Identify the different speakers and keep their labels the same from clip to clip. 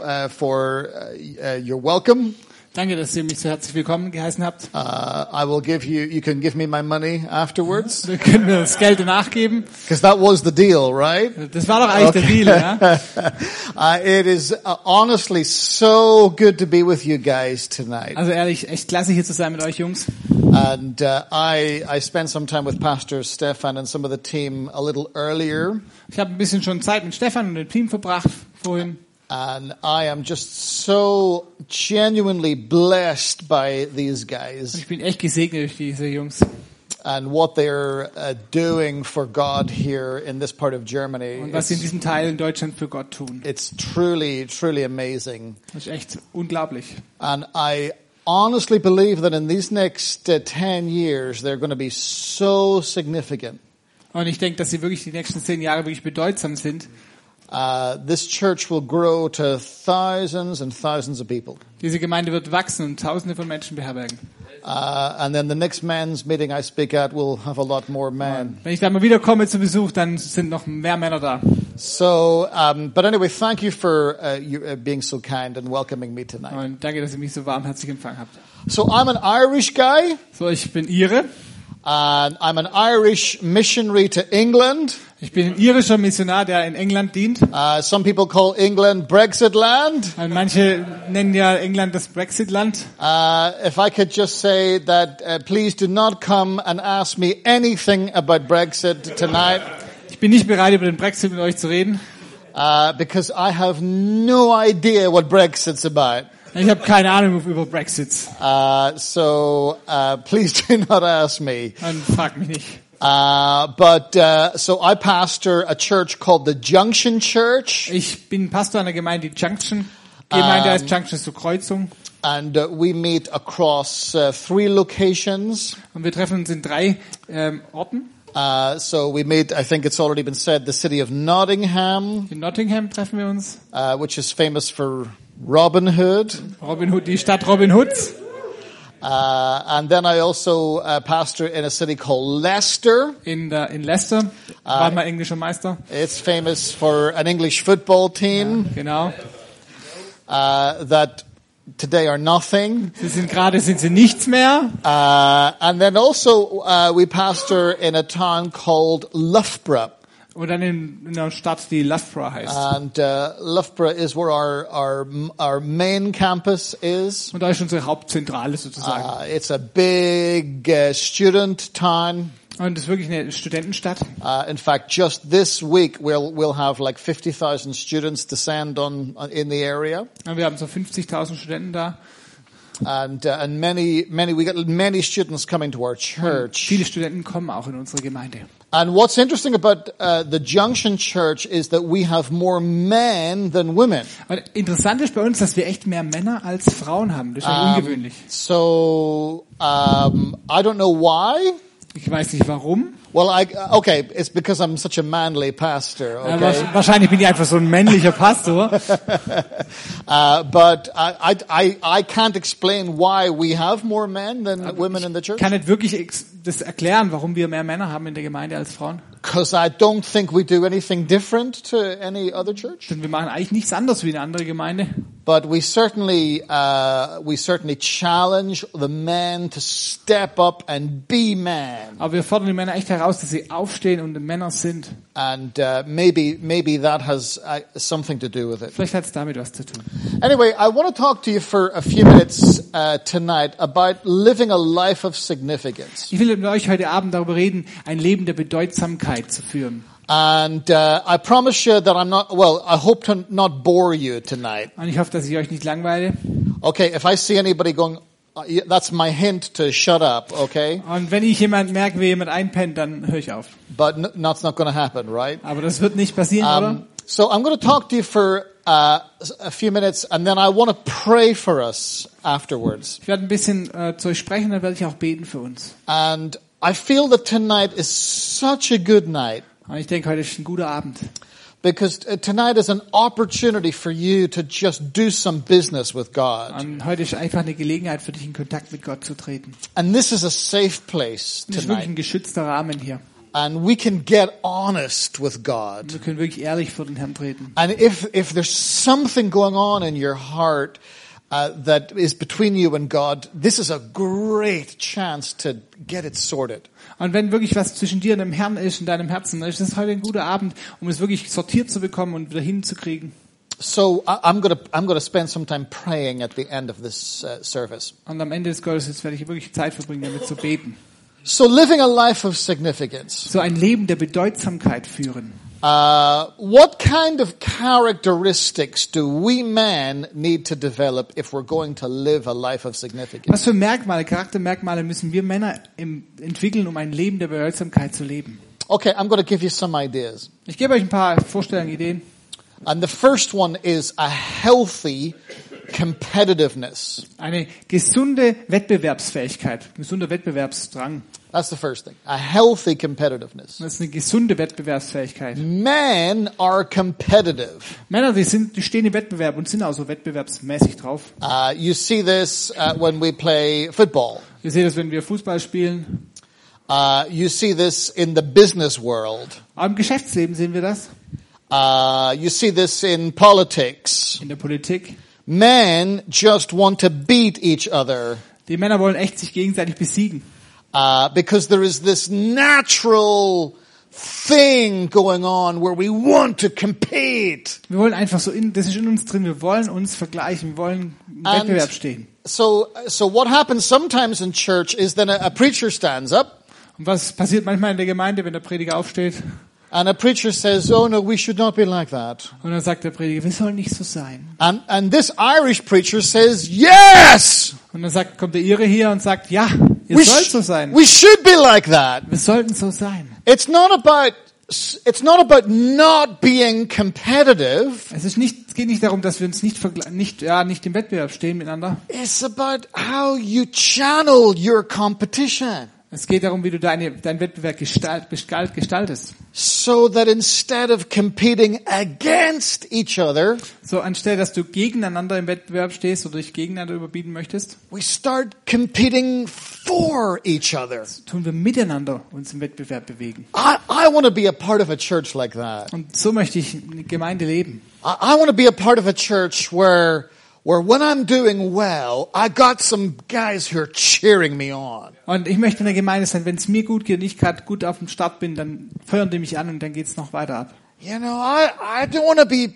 Speaker 1: uh, for uh, uh, your welcome.
Speaker 2: Danke, dass ihr mich so herzlich willkommen geheißen habt.
Speaker 1: Uh, I will give you, you can give me my money afterwards.
Speaker 2: Wir Also, können mir das Geld nachgeben.
Speaker 1: Because that was the deal, right?
Speaker 2: Das war doch eigentlich der Deal, ja?
Speaker 1: uh, it is uh, honestly so good to be with you guys tonight.
Speaker 2: Also ehrlich, echt klasse hier zu sein mit euch Jungs.
Speaker 1: And uh, I, I spent some time with Pastor Stefan and some of the team a little earlier.
Speaker 2: Ich habe ein bisschen schon Zeit mit Stefan und dem Team verbracht vorhin.
Speaker 1: And I am just so genuinely blessed by these guys
Speaker 2: Ich bin echt gesegnet durch diese Jungs
Speaker 1: and what they're uh, doing for God here in this part of Germany.
Speaker 2: und was sie in
Speaker 1: It's,
Speaker 2: diesem Teil in Deutschland für Gott tun.
Speaker 1: it's truly, truly amazing.
Speaker 2: Das ist echt unglaublich.
Speaker 1: And I honestly believe that in these next uh, 10 years, they're going to be so significant.
Speaker 2: Und ich denke, dass sie wirklich die nächsten zehn Jahre wirklich bedeutsam sind.
Speaker 1: Uh, this church will grow to thousands and thousands of people.
Speaker 2: Diese Gemeinde wird wachsen und Tausende von Menschen beherbergen.
Speaker 1: Uh, and then the next man's meeting I speak at will have a lot more men.
Speaker 2: Wenn ich da mal wiederkomme zu Besuch, dann sind noch mehr Männer da.
Speaker 1: So, um, but anyway, thank you for uh, you, uh, being so kind and welcoming me tonight.
Speaker 2: Und danke, dass ihr mich so warmherzig empfangen habt.
Speaker 1: So, I'm an Irish guy,
Speaker 2: So, ich bin Ihre.
Speaker 1: and I'm an Irish missionary to England.
Speaker 2: Ich bin ein irischer Missionar, der in England dient. Äh,
Speaker 1: Uh, some people call England Brexit land.
Speaker 2: Und manche nennen ja England das Brexit-Land.
Speaker 1: Uh, if I could just say that, uh, please do not come and ask me anything about Brexit tonight,
Speaker 2: Ich bin nicht bereit, über den Brexit mit euch zu reden.
Speaker 1: uh, because I have no idea what Brexit's about.
Speaker 2: Ich habe keine Ahnung über Brexits.
Speaker 1: Uh, so uh, please do not ask me.
Speaker 2: Dann frag mich nicht.
Speaker 1: Uh, but uh, so I pastor a church called the Junction Church,
Speaker 2: Ich bin Pastor einer Gemeinde, die Junction. Gemeinde heißt Junction zur Kreuzung.
Speaker 1: and uh, we meet across uh, three locations.
Speaker 2: Und wir treffen uns in drei ähm, Orten.
Speaker 1: Uh, so we meet, I think it's already been said, the city of Nottingham,
Speaker 2: In Nottingham treffen wir uns.
Speaker 1: uh, which is famous for Robin Hood.
Speaker 2: Robin Hood, die Stadt Robin Hoods.
Speaker 1: Uh, and then I also uh, pastor in a city called Leicester.
Speaker 2: In, der, in Leicester. War mal englischer Meister.
Speaker 1: It's famous for an English football team
Speaker 2: Genau.
Speaker 1: uh, that today are nothing.
Speaker 2: Sie sind gerade, sind sie nichts mehr.
Speaker 1: Uh, and then also uh, we pastor in a town called Loughborough.
Speaker 2: Und dann in, in einer Stadt, die Loughborough heißt.
Speaker 1: And uh, Loughborough is where our, our, our main campus is.
Speaker 2: Und da ist unsere Hauptzentrale sozusagen.
Speaker 1: Uh, it's a big uh, student town.
Speaker 2: Und es ist wirklich eine Studentenstadt.
Speaker 1: Uh, in fact, just this week we'll we'll have like fifty thousand students descend on, on in the area,
Speaker 2: Und wir haben so 50.000 Studenten da.
Speaker 1: and uh, and many many we got many students coming to our church.
Speaker 2: Viele Studenten kommen auch in unsere Gemeinde.
Speaker 1: And what's interesting about uh, the Junction Church is that we have more men than women.
Speaker 2: Und interessant ist bei uns, dass wir echt mehr Männer als Frauen haben. Das ist ja ungewöhnlich.
Speaker 1: So um, I don't know why.
Speaker 2: Ich weiß nicht warum.
Speaker 1: Well, I uh, okay, it's because I'm such a manly pastor.
Speaker 2: Ja,
Speaker 1: Okay.
Speaker 2: wa- Wahrscheinlich bin ich einfach so ein männlicher Pastor.
Speaker 1: Uh, but I, I, I, I can't explain why we have more men than women in the church.
Speaker 2: Ich kann nicht wirklich ex- das erklären, warum wir mehr Männer haben in der Gemeinde als Frauen.
Speaker 1: Because I don't think we do anything different to any other church,
Speaker 2: Denn wir machen eigentlich nichts anderes wie eine andere Gemeinde.
Speaker 1: but we certainly uh, we certainly challenge the men to step up and be men,
Speaker 2: Aber wir fordern die Männer echt heraus, dass sie aufstehen und Männer sind.
Speaker 1: and uh, maybe maybe that has uh, something to do with it.
Speaker 2: Vielleicht hat es damit was zu tun.
Speaker 1: Anyway, I want to talk to you for a few minutes uh, tonight about living a life of significance,
Speaker 2: Ich will mit euch heute Abend darüber reden, ein Leben der Bedeutsamkeit zu führen.
Speaker 1: and uh, I promise you that I'm not well. I hope to not bore you tonight.
Speaker 2: Und ich hoffe, dass ich euch nicht langweile.
Speaker 1: Okay, if I see anybody going, uh, yeah, that's my hint to shut up. Okay.
Speaker 2: Und wenn ich jemand merke, wie jemand einpennt, dann höre ich auf.
Speaker 1: But n- that's not going to happen, right?
Speaker 2: Aber das wird nicht passieren, oder?
Speaker 1: Um, so I'm going to talk to you for uh, a few minutes, and then I want to pray for us afterwards.
Speaker 2: Ich werde ein bisschen äh, zu euch sprechen, dann werde ich auch beten für uns.
Speaker 1: And I feel that tonight is such a good night
Speaker 2: Und ich denke, heute ist ein guter Abend.
Speaker 1: because uh, tonight is an opportunity for you to just do some business with God.
Speaker 2: Und heute ist einfach eine Gelegenheit für dich, in Kontakt mit Gott zu treten.
Speaker 1: And this is a safe place
Speaker 2: Das ist wirklich ein
Speaker 1: tonight.
Speaker 2: geschützter Rahmen hier.
Speaker 1: and we can get honest with God.
Speaker 2: Wir können wirklich ehrlich vor den Herrn treten.
Speaker 1: And if, if there's something going on in your heart uh, that is between you and God, this is a great chance to get it sorted.
Speaker 2: Und wenn wirklich was zwischen dir und dem Herrn ist, in deinem Herzen, dann ist das heute ein guter Abend, um es wirklich sortiert zu bekommen und wieder hinzukriegen.
Speaker 1: So I, I'm going to I'm going to spend some time praying at the end of this uh, service.
Speaker 2: Und am Ende des Gottesdienstes werde ich wirklich Zeit verbringen, damit zu beten.
Speaker 1: So living a life of significance.
Speaker 2: So ein Leben der Bedeutsamkeit führen.
Speaker 1: Uh, what kind of characteristics do we men need to develop if we're going to live a life of significance?
Speaker 2: Was für Merkmale, Charaktermerkmale müssen wir Männer im, entwickeln, um ein Leben der Bedeutsamkeit zu leben?
Speaker 1: Okay, I'm going to give you some ideas.
Speaker 2: Ich gebe euch ein paar Vorstellungen, Ideen.
Speaker 1: And the first one is a healthy competitiveness.
Speaker 2: Eine gesunde Wettbewerbsfähigkeit, gesunder Wettbewerbsdrang.
Speaker 1: That's the first thing. A healthy competitiveness.
Speaker 2: Das ist eine gesunde Wettbewerbsfähigkeit.
Speaker 1: Men are competitive.
Speaker 2: Männer, die, sind, die stehen im Wettbewerb und sind auch so wettbewerbsmäßig drauf.
Speaker 1: Uh, you see this uh, when we play football.
Speaker 2: Ihr seht das, wenn wir Fußball spielen.
Speaker 1: Uh, you see this in the business world.
Speaker 2: Auch im Geschäftsleben sehen wir das.
Speaker 1: Uh, you see this in politics.
Speaker 2: In der Politik.
Speaker 1: Men just want to beat each other
Speaker 2: Die Männer wollen echt sich gegenseitig besiegen.
Speaker 1: uh, because there is this natural thing going on where we want to compete.
Speaker 2: Wir wollen einfach so in, das ist in uns drin, wir wollen uns vergleichen, wir wollen im
Speaker 1: And-
Speaker 2: Wettbewerb stehen.
Speaker 1: So, so what happens sometimes in church is then a, a preacher stands up
Speaker 2: Und was passiert manchmal in der Gemeinde, wenn der Prediger aufsteht
Speaker 1: and a preacher says, "Oh no, we should not be like that."
Speaker 2: und dann sagt der Prediger, wir sollen nicht so sein.
Speaker 1: And and this Irish preacher says, "Yes,
Speaker 2: Und dann sagt, kommt der Ire hier und sagt, ja, ihr
Speaker 1: we,
Speaker 2: sollt
Speaker 1: sh-
Speaker 2: so sein.
Speaker 1: we should be like that."
Speaker 2: Wir sollten so sein.
Speaker 1: It's not about it's not about not being competitive.
Speaker 2: Es ist nicht, es geht nicht darum, dass wir uns nicht vergle- nicht, ja, nicht im Wettbewerb stehen miteinander.
Speaker 1: It's about how you channel your competition
Speaker 2: Es geht darum, wie du deine, deinen Wettbewerb gestalt, gestalt, gestaltest.
Speaker 1: so that instead of competing against each other,
Speaker 2: So, anstelle, dass du gegeneinander im Wettbewerb stehst oder dich gegeneinander überbieten möchtest,
Speaker 1: we start competing for each other.
Speaker 2: tun wir miteinander uns im Wettbewerb bewegen.
Speaker 1: I, I want to be a part of a church like that.
Speaker 2: Und so möchte ich eine Gemeinde leben.
Speaker 1: I, I want to be a part of a church where where when I'm doing well, I got some guys who are cheering me on.
Speaker 2: Und ich möchte in der Gemeinde sein, wenn es mir gut geht und ich gerade gut auf dem Start bin, dann feuern die mich an und dann geht's noch weiter ab.
Speaker 1: You know, I, I don't want to be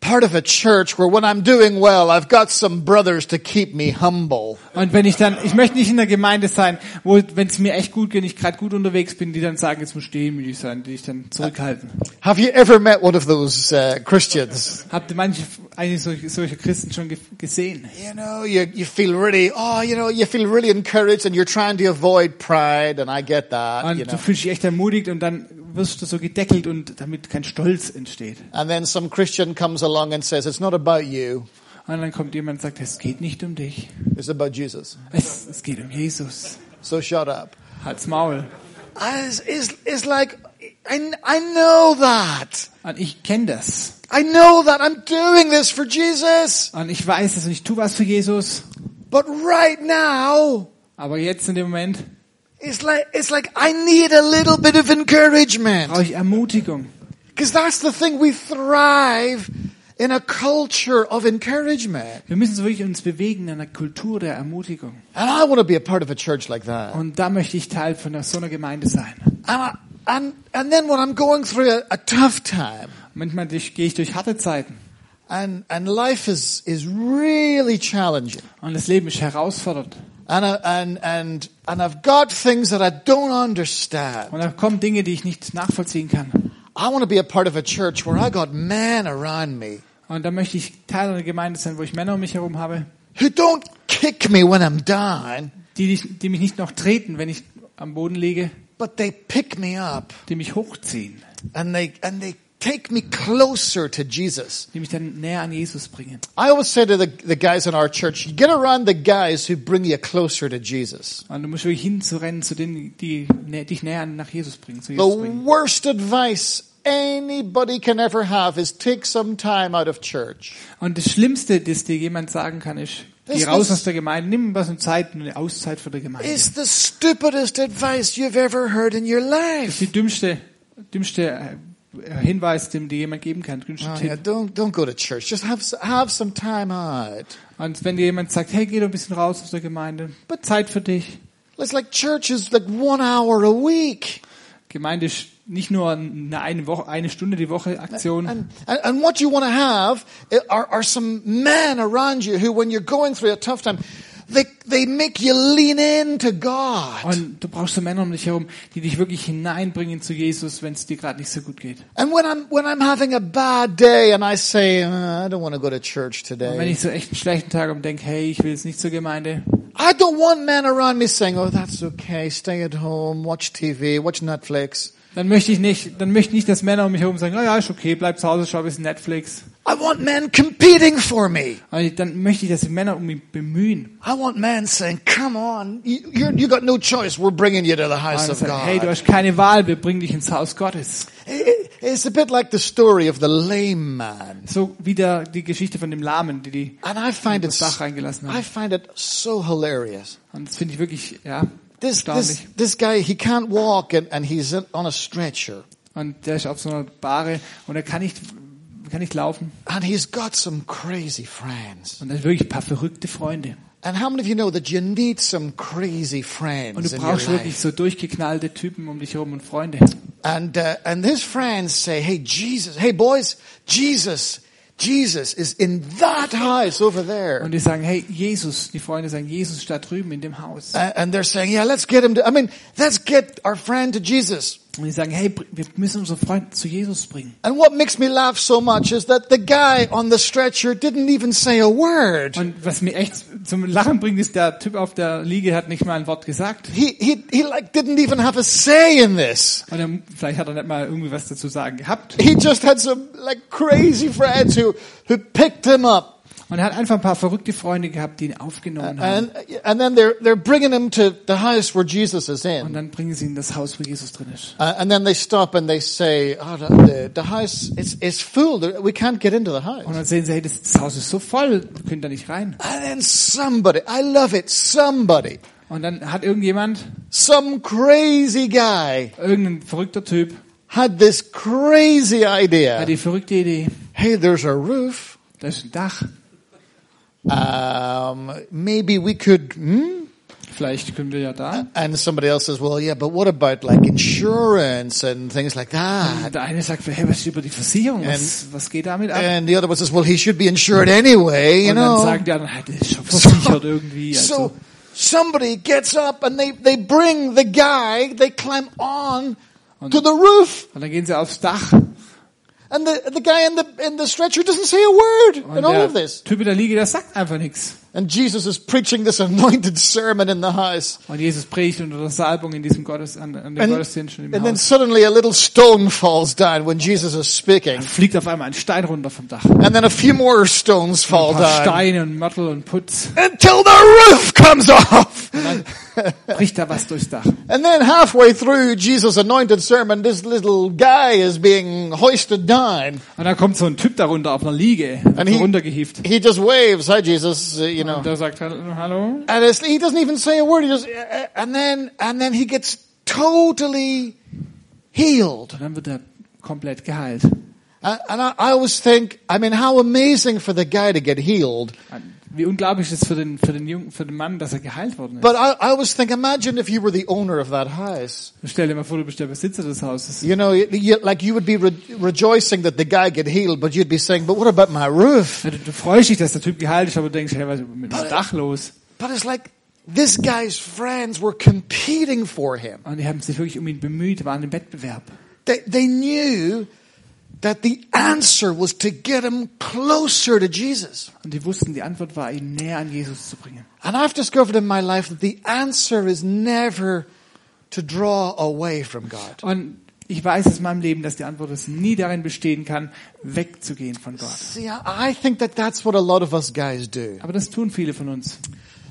Speaker 1: part of a church where when I'm doing well, I've got some brothers to keep me humble.
Speaker 2: Und wenn ich dann, ich möchte nicht in der Gemeinde sein, wo, wenn es mir echt gut geht und ich gerade gut unterwegs bin, die dann sagen, jetzt muss ich demütig sein, die ich dann zurückhalten.
Speaker 1: Have you ever met one of those uh, Christians?
Speaker 2: Habt ihr manche, eigentlich solche, solche Christen schon ge gesehen?
Speaker 1: You know, you, you feel really, oh, you know, you feel really encouraged and you're trying to avoid pride, and I get that,
Speaker 2: Und
Speaker 1: you know.
Speaker 2: du fühlst dich echt ermutigt und dann wirst du so gedeckelt und damit kein Stolz entsteht.
Speaker 1: And then some Christian comes along and says, it's not about you,
Speaker 2: Und dann kommt jemand und sagt, es geht nicht um dich.
Speaker 1: it's about Jesus.
Speaker 2: Es, es geht um Jesus.
Speaker 1: So shut up.
Speaker 2: Halt's Maul.
Speaker 1: I, it's, it's, it's like, I, I know that.
Speaker 2: Und ich kenne das.
Speaker 1: I know that I'm doing this for Jesus.
Speaker 2: Und ich weiß es und ich tue was für Jesus.
Speaker 1: But right now,
Speaker 2: Aber jetzt in dem Moment
Speaker 1: it's like, it's like I need a little bit of encouragement.
Speaker 2: brauche ich Ermutigung.
Speaker 1: Because that's the thing, we thrive in a culture of encouragement.
Speaker 2: Wir müssen so wirklich uns bewegen in einer Kultur der Ermutigung.
Speaker 1: And I want to be a part of a church like that.
Speaker 2: Und da möchte ich Teil von so einer Gemeinde sein.
Speaker 1: And, I, and, and then when I'm going through a, a tough time,
Speaker 2: Manchmal durch, gehe ich durch harte Zeiten.
Speaker 1: and, and life is, is really challenging,
Speaker 2: Und das Leben ist herausfordernd.
Speaker 1: and, I, and, and, and I've got things that I don't understand,
Speaker 2: Und da kommen Dinge, die ich nicht nachvollziehen kann.
Speaker 1: I want to be a part of a church where I got men around me
Speaker 2: Und da möchte ich Teil einer Gemeinde sein, wo ich Männer um mich herum habe,
Speaker 1: who don't kick me when I'm down,
Speaker 2: die, dich- die mich nicht noch treten, wenn ich am Boden liege,
Speaker 1: but they pick me up
Speaker 2: die mich hochziehen,
Speaker 1: and they, and they take me closer to Jesus.
Speaker 2: die mich dann näher an Jesus bringen.
Speaker 1: I always say to the, the guys in our church, get around the guys who bring you closer to Jesus.
Speaker 2: Und du musst wirklich hinzurennen zu denen, die nä dich näher an- nach Jesus bringen, zu
Speaker 1: The
Speaker 2: Jesus bringen.
Speaker 1: worst advice anybody can ever have is take some time out of church.
Speaker 2: Und das Schlimmste, das dir jemand sagen kann, ist, Geh
Speaker 1: Ist
Speaker 2: raus
Speaker 1: das-
Speaker 2: aus der Gemeinde, nimm was eine Zeit, eine Auszeit von der Gemeinde.
Speaker 1: It's the stupidest advice you've ever heard in your
Speaker 2: Das
Speaker 1: life.
Speaker 2: ist die dümmste, dümmste äh, Hinweis, den dir jemand geben kann, dümmste
Speaker 1: Oh,
Speaker 2: Tipp.
Speaker 1: yeah, don't don't go to church. Just have s- have some time out.
Speaker 2: Und wenn dir jemand sagt, hey, geh doch ein bisschen raus aus der Gemeinde, Zeit für dich.
Speaker 1: It's like church is like one hour a week,
Speaker 2: Gemeinde ist nicht nur eine, eine Woche, eine Stunde die Woche Aktion.
Speaker 1: and and, and what you want to have eh, are are some men around you who, when you're going through a tough time, they they make you lean into God.
Speaker 2: Und du brauchst so Männer um dich herum, die dich wirklich hineinbringen zu Jesus, wenn es dir gerade nicht so gut geht.
Speaker 1: And when I'm when I'm having a bad day, and I say "Uh, I don't want to go to church
Speaker 2: Und wenn
Speaker 1: today,
Speaker 2: ich so echt einen schlechten Tag habe und denke, hey, ich will jetzt nicht zur Gemeinde,
Speaker 1: I don't want men around me saying, "Oh, that's okay, stay at home, watch TV, watch Netflix."
Speaker 2: dann möchte ich nicht, dann möchte ich nicht, dass Männer um mich herum sagen, naja, ist okay, bleib zu Hause, schau ein bisschen Netflix.
Speaker 1: I want men competing for me.
Speaker 2: Aber ich- dann möchte ich, dass die Männer um mich bemühen.
Speaker 1: I want men saying, "Come on, you you're, you got no choice. We're bringing you to the house
Speaker 2: Und
Speaker 1: of
Speaker 2: sagen, Also, hey,
Speaker 1: God."
Speaker 2: du hast keine Wahl, wir bringen dich ins Haus Gottes.
Speaker 1: It- It's a bit like the story of the lame man,
Speaker 2: So wieder die Geschichte von dem Lahmen, die die,
Speaker 1: and I find it
Speaker 2: das Dach reingelassen haben.
Speaker 1: I find it so hilarious.
Speaker 2: Und das finde ich wirklich, ja,
Speaker 1: This this
Speaker 2: erstaunlich.
Speaker 1: this guy he can't walk and and he's in- on a stretcher.
Speaker 2: Und der ist auf so einer Bahre und er kann nicht, kann nicht laufen.
Speaker 1: And he's got some crazy friends.
Speaker 2: Und er hat wirklich ein paar verrückte Freunde.
Speaker 1: And how many of you know that you need some crazy
Speaker 2: Und
Speaker 1: friends
Speaker 2: du
Speaker 1: in your
Speaker 2: brauchst wirklich
Speaker 1: life?
Speaker 2: so durchgeknallte Typen um dich herum und Freunde.
Speaker 1: And uh, and his friends say, "Hey Jesus, hey boys, Jesus, Jesus is in that house over there."
Speaker 2: Und die sagen, hey, Jesus, die Freunde sagen, Jesus statt drüben in dem Haus.
Speaker 1: And, and they're saying, "Yeah, let's get him to I mean, let's get our friend to Jesus."
Speaker 2: Und die sagen, hey, br- wir müssen unseren Freund zu Jesus bringen.
Speaker 1: And what makes me laugh so much is that the guy on the stretcher didn't even say a word.
Speaker 2: Und was mir echt zum Lachen bringt, ist, der Typ auf der Liege hat nicht mal ein Wort gesagt.
Speaker 1: He he he like didn't even have a say in this.
Speaker 2: Und dann, vielleicht hat er nicht mal irgendwie was dazu sagen gehabt.
Speaker 1: He just had some like crazy friends who who picked him up
Speaker 2: Und er hat einfach ein paar verrückte Freunde gehabt, die ihn aufgenommen haben.
Speaker 1: And and then they're they're bringing him to the house where Jesus is
Speaker 2: Und
Speaker 1: in.
Speaker 2: dann bringen sie ihn in das Haus, wo Jesus drin ist.
Speaker 1: Uh, and then they stop and they say, oh, the, the house is, is full. We can't get into the
Speaker 2: Und
Speaker 1: house.
Speaker 2: dann sehen sie, hey, das, das Haus ist so voll, wir können da nicht rein.
Speaker 1: And then somebody, I love it, somebody,
Speaker 2: Und dann hat irgendjemand,
Speaker 1: some crazy guy
Speaker 2: irgendein verrückter Typ,
Speaker 1: had this crazy
Speaker 2: hat
Speaker 1: idea.
Speaker 2: die verrückte Idee,
Speaker 1: Hey, there's a roof.
Speaker 2: da ist ein Dach,
Speaker 1: Um, maybe we could, hmm?
Speaker 2: vielleicht können wir ja da.
Speaker 1: And somebody else says, well, yeah, but what about like insurance and things like that?
Speaker 2: Und der eine sagt, hey, was ist über die Versicherung, was, was geht damit ab?
Speaker 1: And the other one says, well, he should be insured anyway, you
Speaker 2: Und dann
Speaker 1: know.
Speaker 2: sagt der andere, hey, das ist schon versichert irgendwie. Also.
Speaker 1: genau. So somebody gets up and they, they bring the guy, they climb on to the roof.
Speaker 2: Und dann gehen sie aufs Dach
Speaker 1: And the, the guy in the, in the stretcher doesn't say a word
Speaker 2: und
Speaker 1: in all of
Speaker 2: der
Speaker 1: this.
Speaker 2: Typ in der Liege, der sagt einfach nichts.
Speaker 1: And Jesus is preaching this anointed sermon in the house.
Speaker 2: Und Jesus predigt unter der Salbung in diesem Gottes, an, an dem
Speaker 1: And,
Speaker 2: Gottesdienst und im
Speaker 1: and then
Speaker 2: Haus.
Speaker 1: suddenly a little stone falls down when Jesus is speaking.
Speaker 2: Fliegt auf einmal ein Stein runter vom Dach.
Speaker 1: And then a few more stones fall
Speaker 2: Ein paar
Speaker 1: down.
Speaker 2: Steine und Mörtel und Putz.
Speaker 1: Until the roof comes off.
Speaker 2: Dann bricht da was durchs Dach.
Speaker 1: And then halfway through Jesus' anointed sermon, this little guy is being hoisted down.
Speaker 2: Und dann kommt so ein Typ darunter auf einer Liege,
Speaker 1: And
Speaker 2: wird
Speaker 1: he-
Speaker 2: so runtergehieft.
Speaker 1: He just waves, hi Jesus, uh, you know.
Speaker 2: Und der sagt, hallo?
Speaker 1: And it's, he doesn't even say a word. He just, uh, uh, and then, and then he gets totally healed.
Speaker 2: Und dann wird er komplett geheilt.
Speaker 1: Uh, and I, I always think, I mean, how amazing for the guy to get healed.
Speaker 2: Wie unglaublich ist es für den, für den Jungen, für den Mann, dass er geheilt worden ist.
Speaker 1: But I, I always think, imagine if you were the owner of that house.
Speaker 2: Stell dir mal vor, du bist der Besitzer des Hauses.
Speaker 1: You know, you, you, like you would be re- rejoicing that the guy get healed, but you'd be saying, but what about my roof?
Speaker 2: Du, du freust dich, dass der Typ geheilt ist, aber du denkst, hey, was ist mit dem Dach los?
Speaker 1: But it's like this guy's friends were competing for him.
Speaker 2: Und die haben sich wirklich um ihn bemüht, waren im Wettbewerb.
Speaker 1: They, they knew that the answer was to get him closer to Jesus.
Speaker 2: Und die wussten, die Antwort war, ihn näher an Jesus zu bringen.
Speaker 1: And I've discovered in my life that the answer is never to draw away from God.
Speaker 2: Und ich weiß aus meinem Leben, dass die Antwort es nie darin bestehen kann, wegzugehen von Gott.
Speaker 1: See, I I think that that's what a lot of us guys do.
Speaker 2: Aber das tun viele von uns.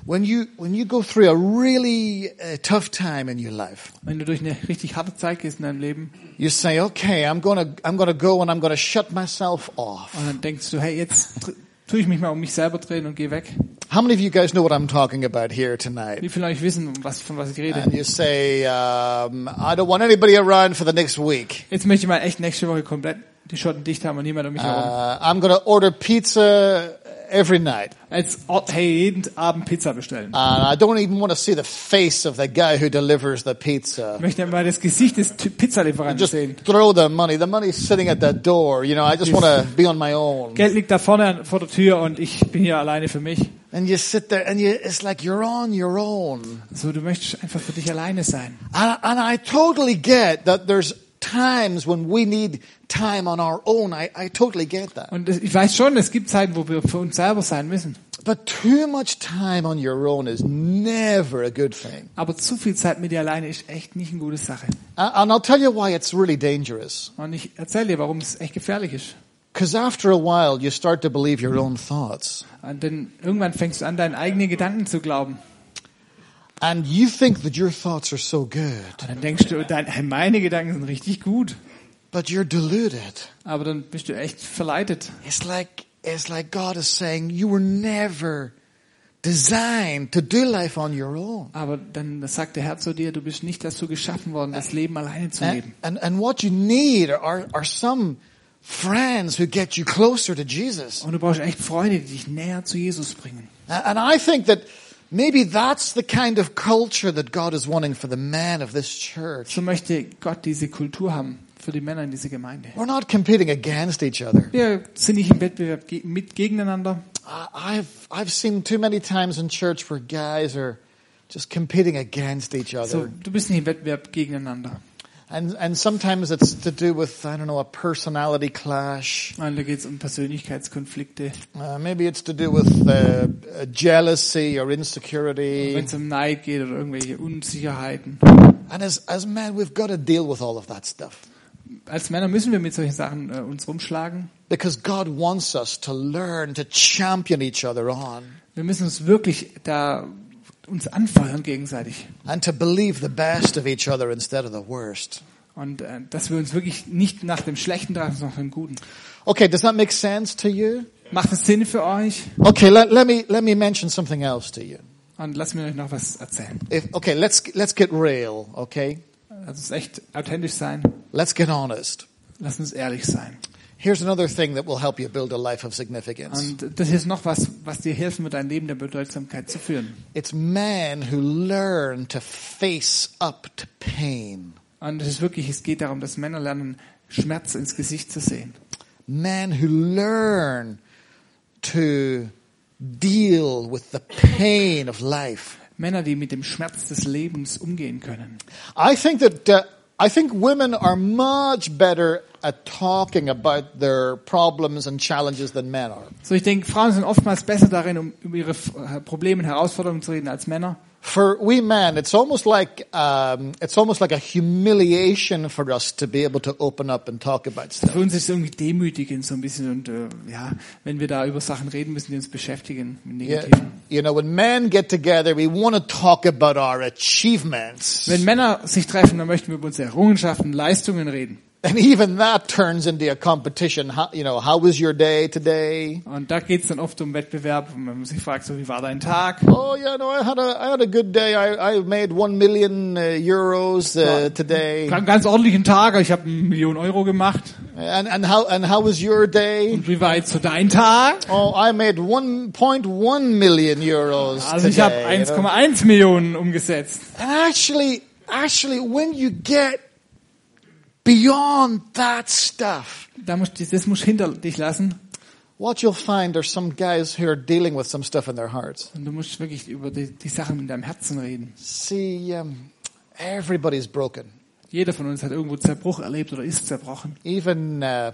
Speaker 1: When you, when you go through a really uh, tough time in your life,
Speaker 2: Wenn du durch eine richtig harte Zeit gehst in deinem Leben
Speaker 1: you say, okay, I'm gonna, I'm gonna go and I'm gonna shut myself off.
Speaker 2: und dann denkst du, hey, jetzt tr- tue ich mich mal um mich selber drehen und gehe weg.
Speaker 1: How many of you guys know what I'm talking about here tonight?
Speaker 2: Wie viele von euch wissen, um was, von was ich rede?
Speaker 1: And you say, um, I don't want anybody around for the next week.
Speaker 2: Jetzt möchte ich mal echt nächste Woche komplett die Schotten dicht haben und niemand um mich herum.
Speaker 1: Uh, I'm going to order pizza every night.
Speaker 2: Als ob, hey, jeden Abend Pizza bestellen.
Speaker 1: And I don't even want to see the face of the guy who delivers the pizza.
Speaker 2: Ich möchte mal das Gesicht des Ty- Pizzalieferanten
Speaker 1: Just
Speaker 2: sehen.
Speaker 1: throw the money. The money's sitting at the door. You know, I just want to be on my own.
Speaker 2: Geld liegt da vorne vor der Tür und ich bin hier alleine für mich.
Speaker 1: And you sit there and you, it's like you're on your own.
Speaker 2: So, du möchtest einfach für dich alleine sein.
Speaker 1: And, and I totally get that there's times when we need time on our own. I, I totally get that.
Speaker 2: Und es- ich weiß schon, es gibt Zeiten, wo wir für uns selber sein müssen.
Speaker 1: But too much time on your own is never a good thing.
Speaker 2: Aber zu viel Zeit mit dir alleine ist echt nicht eine gute Sache.
Speaker 1: A- Uh, And I'll tell you why it's really dangerous.
Speaker 2: Und ich erzähle dir, warum es echt gefährlich ist.
Speaker 1: Because after a while, you start to believe your own thoughts.
Speaker 2: Und denn irgendwann fängst du an, deinen eigenen Gedanken zu glauben.
Speaker 1: And you think that your thoughts are so good,
Speaker 2: Und dann denkst du, dein, hey, meine Gedanken sind richtig gut.
Speaker 1: but you're deluded.
Speaker 2: Aber dann bist du echt verleitet.
Speaker 1: It's like, it's like God is saying you were never designed to do life on your own.
Speaker 2: Aber dann sagt der Herr zu dir, du bist nicht dazu geschaffen worden, das Leben alleine zu
Speaker 1: And,
Speaker 2: leben.
Speaker 1: and, and what you need are, are some friends who get you closer to Jesus.
Speaker 2: Und du brauchst echt Freunde, die dich näher zu Jesus bringen.
Speaker 1: And I think that maybe that's the kind of culture that God is wanting for the man of this church.
Speaker 2: So möchte Gott diese Kultur haben für die Männer in dieser Gemeinde.
Speaker 1: We're not competing against each other.
Speaker 2: Wir sind nicht im Wettbewerb ge mit gegeneinander.
Speaker 1: I- I've, I've seen too many times in church where guys are just competing against each
Speaker 2: So,
Speaker 1: other.
Speaker 2: du bist nicht im Wettbewerb gegeneinander.
Speaker 1: And, and sometimes it's to do with, I don't know, a personality clash.
Speaker 2: Nein, da geht's um Persönlichkeitskonflikte.
Speaker 1: Uh, maybe it's to do with uh, uh, jealousy or
Speaker 2: Wenn
Speaker 1: insecurity.
Speaker 2: es um Neid geht oder irgendwelche Unsicherheiten.
Speaker 1: And as, as men, we've got to deal with all of that stuff.
Speaker 2: Als Männer müssen wir mit solchen Sachen äh, uns rumschlagen.
Speaker 1: Because God wants us to learn to champion each other on.
Speaker 2: Wir müssen uns wirklich da uns anfeuern gegenseitig.
Speaker 1: and to believe the best of each other instead of the worst.
Speaker 2: Und äh, dass wir uns wirklich nicht nach dem Schlechten tragen, sondern nach dem Guten.
Speaker 1: Okay, does that make sense to you?
Speaker 2: Macht es Sinn für euch?
Speaker 1: Okay, let, let me let me mention something else to you.
Speaker 2: Und lasst mir euch noch was erzählen.
Speaker 1: If, okay, let's let's get real. Okay,
Speaker 2: Lasst uns echt authentisch sein.
Speaker 1: let's get honest.
Speaker 2: Lasst uns ehrlich sein.
Speaker 1: Here's another thing that will help you build a life of significance.
Speaker 2: Und das ist noch was, was dir helfen wird, dein Leben der Bedeutsamkeit zu führen.
Speaker 1: It's men who learn to face up to pain.
Speaker 2: Und es ist wirklich, es geht darum, dass Männer lernen, Schmerz ins Gesicht zu sehen.
Speaker 1: Men who learn to deal with the pain of life.
Speaker 2: Männer, die mit dem Schmerz des Lebens umgehen können.
Speaker 1: I think that uh, I think women are much better at talking about their problems and challenges than men are.
Speaker 2: So, ich denke, Frauen sind oftmals besser darin, um über ihre äh, Probleme und Herausforderungen zu reden als Männer.
Speaker 1: For we men, it's almost like um, it's almost like a humiliation for us to be able to open up and talk about stuff.
Speaker 2: Für uns ist es irgendwie demütigend so ein bisschen und äh, ja, wenn wir da über Sachen reden müssen, die uns beschäftigen, mit
Speaker 1: Yeah,
Speaker 2: Negativen.
Speaker 1: you know, when men get together, we want to talk about our achievements,
Speaker 2: Wenn Männer sich treffen, dann möchten wir über unsere Errungenschaften, Leistungen reden.
Speaker 1: and even that turns into a competition. How, you know, how was your day today?
Speaker 2: Und da geht's dann oft um Wettbewerb, und wenn man sich fragt, so wie war dein Tag?
Speaker 1: Oh yeah, no, I had a I had a good day. I I made one million uh, euros uh, today.
Speaker 2: Ich hab einen ganz ordentlichen Tag, ich habe eine Million Euro gemacht.
Speaker 1: And, and how and how was your day?
Speaker 2: Und wie war jetzt so dein Tag?
Speaker 1: Oh, I made 1.1 million euros
Speaker 2: Also ich habe
Speaker 1: today. you know.
Speaker 2: 1,1 Millionen umgesetzt.
Speaker 1: And actually, actually, when you get beyond that stuff,
Speaker 2: Da musst, du- das musst du hinter dich lassen.
Speaker 1: what you'll find are some guys who are dealing with some stuff in their hearts.
Speaker 2: Und du musst wirklich über die, die Sachen in deinem Herzen reden.
Speaker 1: See, um, everybody's broken.
Speaker 2: Jeder von uns hat irgendwo Zerbruch erlebt oder ist zerbrochen.
Speaker 1: Even uh,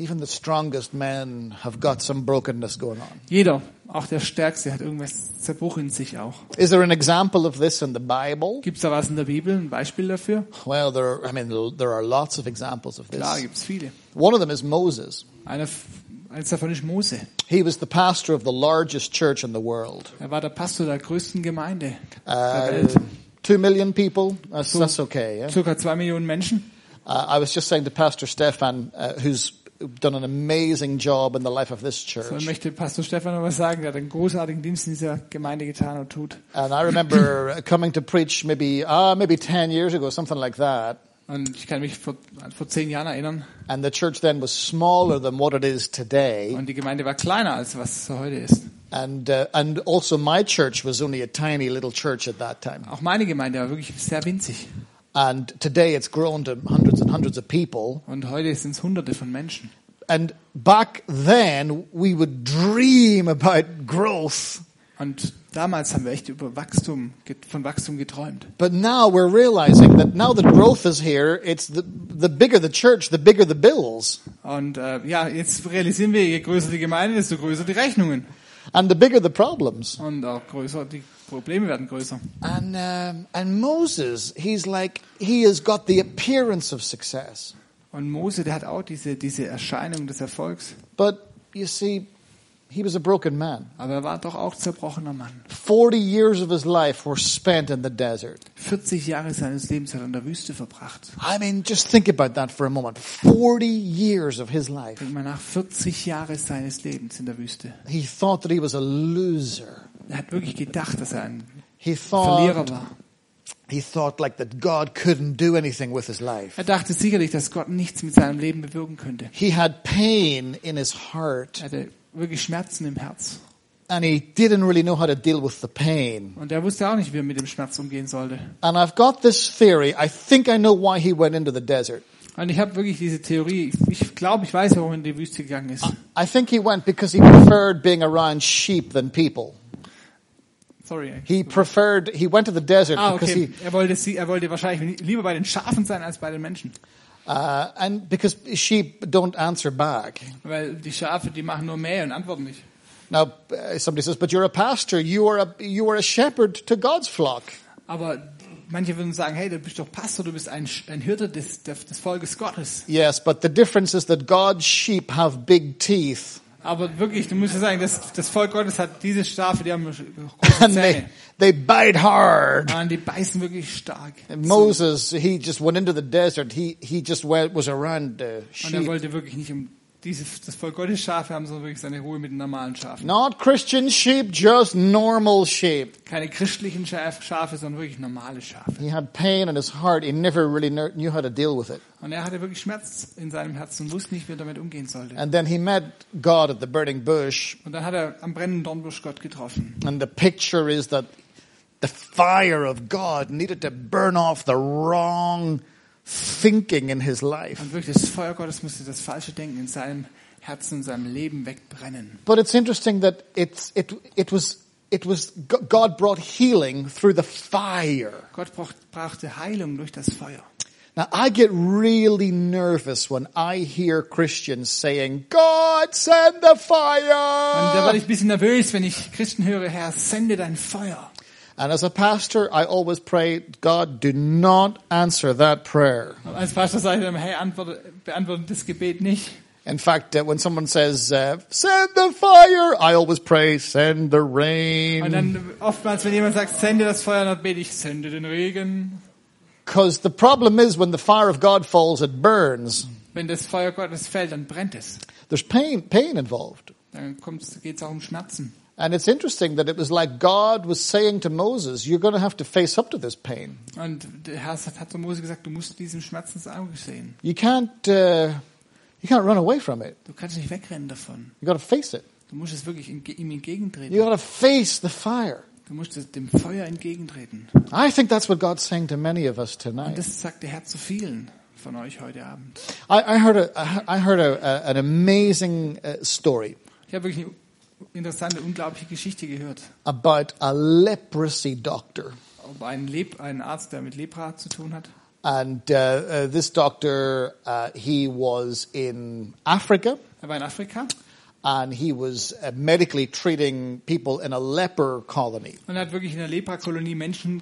Speaker 1: even the strongest men have got some brokenness going on.
Speaker 2: Jeder, auch der Stärkste, hat irgendwas Zerbruch in sich auch.
Speaker 1: Is there an example of this in the Bible?
Speaker 2: Gibt's da was in der Bibel, ein Beispiel dafür?
Speaker 1: Well, there are, I mean, there are lots of examples of
Speaker 2: Klar,
Speaker 1: this.
Speaker 2: gibt's viele.
Speaker 1: One of them is Moses.
Speaker 2: Einer, f- eins davon ist Mose.
Speaker 1: He was the pastor of the largest church in the world.
Speaker 2: Er war der Pastor der größten Gemeinde
Speaker 1: Uh,
Speaker 2: der Welt.
Speaker 1: two million people. That's, that's okay. Yeah?
Speaker 2: Circa zwei Millionen Menschen.
Speaker 1: Uh, I was just saying to Pastor Stefan, uh, who's done an amazing job in the life of this
Speaker 2: So
Speaker 1: church.
Speaker 2: Äh, möchte Pastor Stefan noch was sagen. Der hat einen großartigen Dienst in dieser Gemeinde getan und tut.
Speaker 1: And I remember coming to preach maybe, ah, maybe 10 years ago, something like that.
Speaker 2: Und ich kann mich vor, vor zehn Jahren erinnern.
Speaker 1: And the church then was smaller than what it is today.
Speaker 2: Und die Gemeinde war kleiner, als was sie heute ist.
Speaker 1: And, uh, and also my church was only a tiny little church at that time.
Speaker 2: Auch meine Gemeinde war wirklich sehr winzig.
Speaker 1: And today it's grown to hundreds and hundreds of people.
Speaker 2: Und heute sind es hunderte von Menschen.
Speaker 1: And back then we would dream about growth.
Speaker 2: Und damals haben wir echt über Wachstum, ge- von Wachstum geträumt.
Speaker 1: But now we're realizing that now that growth is here, it's the, the bigger the church, the bigger the bills.
Speaker 2: Und äh, ja, jetzt realisieren wir, je größer die Gemeinde, desto größer die Rechnungen.
Speaker 1: And the bigger the problems.
Speaker 2: Und auch größer, die Probleme werden größer.
Speaker 1: And, um, and Moses, he's like, he has got the appearance of success.
Speaker 2: Und Mose, der hat auch diese, diese Erscheinung des Erfolgs.
Speaker 1: But you see, he was a broken man.
Speaker 2: Aber er war doch auch zerbrochener Mann.
Speaker 1: 40 years of his life were spent in the desert.
Speaker 2: 40 Jahre seines Lebens hat er in der Wüste verbracht.
Speaker 1: I mean, just think about that for a moment. 40 years of his life.
Speaker 2: Denk mal nach, 40 Jahre seines Lebens in der Wüste.
Speaker 1: He thought that he was a loser.
Speaker 2: Er hat wirklich gedacht, dass er ein
Speaker 1: He
Speaker 2: Verlierer
Speaker 1: thought,
Speaker 2: war.
Speaker 1: he thought like that God couldn't do anything with his life.
Speaker 2: Er dachte sicherlich, dass Gott nichts mit seinem Leben bewirken könnte.
Speaker 1: He had pain in his heart
Speaker 2: Er hatte wirklich Schmerzen im Herz.
Speaker 1: and he didn't really know how to deal with the pain.
Speaker 2: Und er wusste auch nicht, wie er mit dem Schmerz umgehen sollte.
Speaker 1: And I've got this theory. I think I know why he went into the desert.
Speaker 2: Und ich habe wirklich diese Theorie. Ich glaube, ich weiß, warum er in die Wüste gegangen ist.
Speaker 1: I think he went because he preferred being around sheep than people.
Speaker 2: Sorry.
Speaker 1: He preferred, he went to the desert
Speaker 2: Ah,
Speaker 1: because he
Speaker 2: okay. Er wollte, sie, er wollte wahrscheinlich lieber bei den Schafen sein als bei den Menschen.
Speaker 1: Uh, and because sheep don't answer back.
Speaker 2: Weil die Schafe, die machen nur Mäh und antworten nicht.
Speaker 1: Now, uh, somebody says, but you're a pastor. You are a, you are a shepherd to God's flock.
Speaker 2: Aber manche würden sagen, hey, du bist doch Pastor, du bist ein, Sch- ein Hirte des, der- des Volkes Gottes.
Speaker 1: Yes, but the difference is that God's sheep have big teeth.
Speaker 2: Aber wirklich, du musst ja sagen, das, das Volk Gottes hat diese Schafe, die haben große
Speaker 1: And they,
Speaker 2: Zähne.
Speaker 1: they bite hard.
Speaker 2: Und die beißen wirklich stark.
Speaker 1: And
Speaker 2: zu.
Speaker 1: Moses, he just went into the desert. He, he just went, was around uh,
Speaker 2: Und er
Speaker 1: sheep.
Speaker 2: wollte wirklich nicht um dieses, das Volk Gottes Schafe haben, sondern wirklich seine Ruhe mit den normalen Schafen.
Speaker 1: Not Christian sheep, just normal sheep.
Speaker 2: Keine christlichen Schaf, Schafe, sondern wirklich normale Schafe.
Speaker 1: He had pain in his heart. He never really kn- knew how to deal with it.
Speaker 2: Und er hatte wirklich Schmerz in seinem Herzen und wusste nicht, wie er damit umgehen sollte.
Speaker 1: And then he met God at the burning bush.
Speaker 2: Und dann hat er am brennenden Dornbusch Gott getroffen.
Speaker 1: And the picture is that the fire of God needed to burn off the wrong thinking in his life.
Speaker 2: Und wirklich, das Feuer Gottes musste das falsche Denken in seinem Herzen, in seinem Leben wegbrennen.
Speaker 1: But it's interesting that it's, it, it was, it was, G- God brought healing through the fire.
Speaker 2: Gott brauch, brachte Heilung durch das Feuer.
Speaker 1: Now I get really nervous when I hear Christians saying, God send the
Speaker 2: Und da war
Speaker 1: fire!
Speaker 2: ich ein bisschen nervös, wenn ich Christen höre, Herr, sende dein Feuer.
Speaker 1: And as a pastor, I always pray, God, do not answer that prayer.
Speaker 2: Und als Pastor sage ich dann, hey, antworte, beantworte das Gebet nicht.
Speaker 1: In fact, uh, when someone says, uh, send the fire, I always pray, send the
Speaker 2: Und
Speaker 1: rain.
Speaker 2: dann oftmals, wenn jemand sagt, sende das Feuer, dann bete ich, sende den Regen.
Speaker 1: Because the problem is when the fire of God falls, it burns.
Speaker 2: Wenn das Feuer Gottes fällt, dann brennt es.
Speaker 1: There's pain, pain involved.
Speaker 2: Dann geht es auch um Schmerzen.
Speaker 1: And it's interesting that it was like God was saying to Moses, you're going to have to face up to this pain.
Speaker 2: Und der Herr hat zu Mose gesagt, du musst diesem Schmerz ins Auge sehen.
Speaker 1: You can't, uh, you can't run away from it.
Speaker 2: Du kannst nicht wegrennen davon.
Speaker 1: You got to face it.
Speaker 2: Du musst es wirklich entge- ihm
Speaker 1: You
Speaker 2: entgegentreten.
Speaker 1: got to face the fire.
Speaker 2: Du musst es dem Feuer entgegentreten.
Speaker 1: I think that's what God's saying to many of us
Speaker 2: Und
Speaker 1: tonight.
Speaker 2: das sagt der Herr zu vielen von euch heute Abend.
Speaker 1: I, I heard a, I heard a, a, an amazing uh, story.
Speaker 2: Ich habe wirklich eine interessante, unglaubliche Geschichte gehört.
Speaker 1: about a leprosy doctor.
Speaker 2: Ob ein, Leb ein Arzt, der mit Lepra zu tun hat.
Speaker 1: And uh, uh, this doctor, uh, he was in Africa
Speaker 2: Er war in Afrika
Speaker 1: and he was uh, medically treating people in a leper colony.
Speaker 2: und hat wirklich in der Lepra-Kolonie Menschen,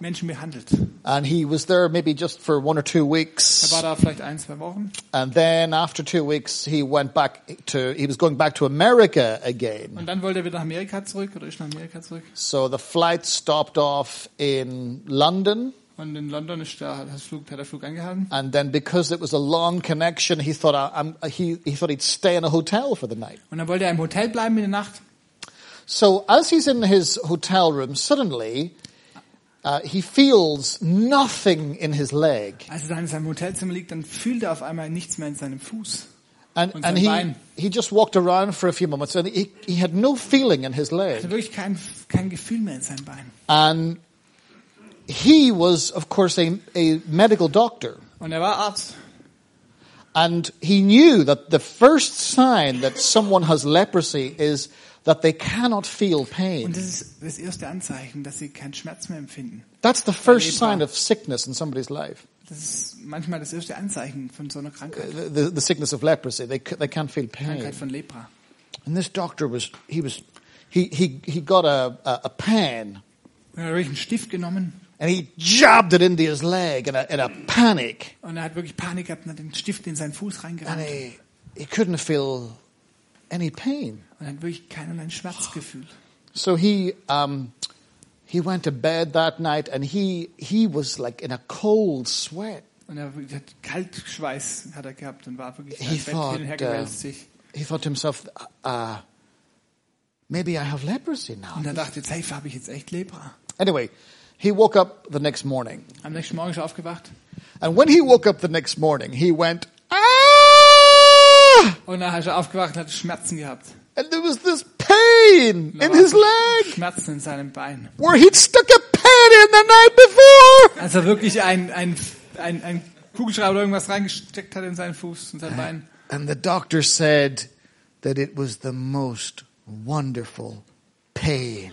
Speaker 2: Menschen behandelt.
Speaker 1: And he was there maybe just for one or two
Speaker 2: Er
Speaker 1: weeks.
Speaker 2: war da vielleicht ein, zwei Wochen.
Speaker 1: And then after two weeks, he went back to, he was going back to America again.
Speaker 2: Und dann wollte er wieder nach Amerika zurück oder ist nach Amerika zurück.
Speaker 1: So the flight stopped off in London
Speaker 2: Und in London ist der, hat, das Flug, hat der Flug angehalten.
Speaker 1: And then because it was a long connection, he thought, I, I'm, he, he thought he'd stay in a hotel for the night.
Speaker 2: Und dann wollte er im Hotel bleiben in der Nacht.
Speaker 1: So as he's in his hotel room, suddenly uh, he feels nothing in his leg.
Speaker 2: Als er dann in seinem Hotelzimmer liegt, dann fühlt er auf einmal nichts mehr in seinem Fuß.
Speaker 1: And,
Speaker 2: Und
Speaker 1: and
Speaker 2: sein
Speaker 1: he,
Speaker 2: Bein.
Speaker 1: he just walked around for a few moments and he, he had no feeling in his
Speaker 2: Er hat
Speaker 1: leg.
Speaker 2: wirklich kein, kein Gefühl mehr in seinem Bein.
Speaker 1: And he was, of course, a, a medical doctor.
Speaker 2: Und er war Arzt.
Speaker 1: And he knew that the first sign that someone has leprosy is that they cannot feel
Speaker 2: Und
Speaker 1: pain.
Speaker 2: das ist das erste Anzeichen, dass sie keinen Schmerz mehr empfinden.
Speaker 1: That's the first
Speaker 2: Lepra.
Speaker 1: sign of sickness in somebody's life.
Speaker 2: Das ist manchmal das erste Anzeichen von so einer Krankheit.
Speaker 1: The, the, the sickness of leprosy. They, c- they can't feel pain.
Speaker 2: Krankheit von Lepra.
Speaker 1: And this doctor was, he was, he, he, he got a, a, a pen
Speaker 2: Und er hat wirklich einen Stift genommen
Speaker 1: and he jabbed it into his leg in a, in a panic.
Speaker 2: und er hat wirklich Panik gehabt und hat den Stift in seinen
Speaker 1: And
Speaker 2: Fuß reingerannt
Speaker 1: he, he couldn't feel any pain.
Speaker 2: und hat wirklich keinerlei Schmerz gefühlt.
Speaker 1: So he, um, he went to bed that night and he, he was like in a cold sweat.
Speaker 2: Und er hat Kaltschweiß hat er gehabt und war wirklich
Speaker 1: He
Speaker 2: im Bett hin
Speaker 1: thought,
Speaker 2: und her
Speaker 1: uh,
Speaker 2: gewälzt sich.
Speaker 1: he thought to himself, uh, maybe I have leprosy now.
Speaker 2: Und er dachte, jetzt, hey, habe ich jetzt echt Lepra?
Speaker 1: Anyway, he woke up the next morning.
Speaker 2: Am nächsten Morgen ist er aufgewacht
Speaker 1: And when he woke up the next morning, he went, ah!
Speaker 2: und dann ist er aufgewacht und hat Schmerzen gehabt.
Speaker 1: And there was this pain
Speaker 2: Da
Speaker 1: in
Speaker 2: war
Speaker 1: his leg
Speaker 2: Schmerzen in seinem Bein.
Speaker 1: where he'd stuck a pen in the night before.
Speaker 2: Als er wirklich ein, ein, ein, ein Kugelschreiber oder irgendwas reingesteckt hat in seinen Fuß und sein Bein.
Speaker 1: And the doctor said that it was the most wonderful pain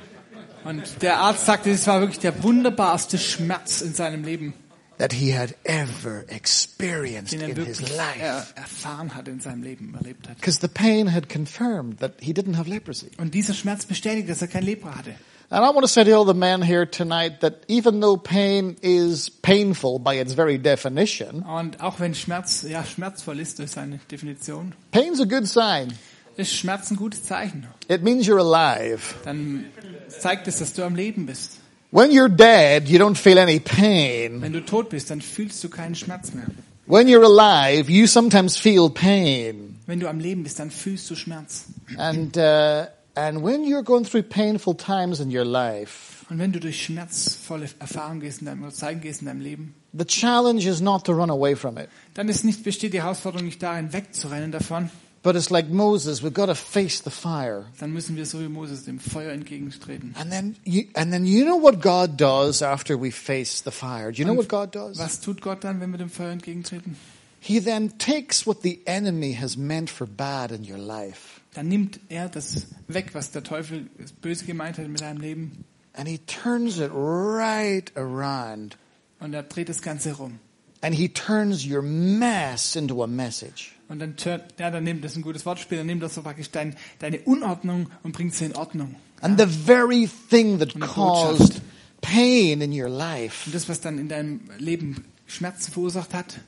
Speaker 2: Und der Arzt sagte, es war wirklich der wunderbarste Schmerz in seinem Leben,
Speaker 1: that he had ever experienced
Speaker 2: den er
Speaker 1: in
Speaker 2: wirklich
Speaker 1: his life.
Speaker 2: er, erfahren hat in seinem Leben, erlebt hat.
Speaker 1: Because the pain had confirmed that he didn't have leprosy.
Speaker 2: Und dieser Schmerz bestätigt, dass er kein Lepra hatte.
Speaker 1: And I want to say to all the men here tonight that even though pain is painful by its very definition,
Speaker 2: Und auch wenn Schmerz, ja, schmerzvoll ist durch seine Definition,
Speaker 1: pain's a good sign.
Speaker 2: ist Schmerz ein gutes Zeichen.
Speaker 1: It means you're alive.
Speaker 2: Dann zeigt es, dass du am Leben bist.
Speaker 1: When you're dead, you don't feel any pain.
Speaker 2: Wenn du tot bist, dann fühlst du keinen Schmerz mehr.
Speaker 1: When you're alive, you sometimes feel pain.
Speaker 2: Wenn du am Leben bist, dann fühlst du Schmerz.
Speaker 1: And, uh, and when you're going through painful times in your life,
Speaker 2: Und wenn du durch schmerzvolle Erfahrungen gehst in deinem, oder Zeiten gehst in deinem Leben,
Speaker 1: the challenge is not to run away from it.
Speaker 2: dann ist nicht, besteht die Herausforderung nicht darin, wegzurennen davon.
Speaker 1: But it's like Moses, we've got to face the fire.
Speaker 2: Dann müssen wir so wie Moses dem Feuer entgegentreten.
Speaker 1: And then, you, and then you know what God does after we face the fire. Do you know what God does?
Speaker 2: Was tut Gott dann, wenn wir dem Feuer entgegentreten?
Speaker 1: He then takes what the enemy has meant for bad in your life
Speaker 2: Dann nimmt er das weg, was der Teufel böse gemeint hat mit deinem Leben.
Speaker 1: and he turns it right around
Speaker 2: Und er dreht das Ganze rum.
Speaker 1: and he turns your mess into a message.
Speaker 2: Und dann, turn, ja, dann nimmt das ist ein gutes Wortspiel, dann nimmt das so praktisch dein, deine Unordnung und bringt sie in Ordnung.
Speaker 1: And the very thing that
Speaker 2: Und eine
Speaker 1: caused pain in your life,
Speaker 2: Und das, was dann in deinem Leben Schmerzen verursacht hat,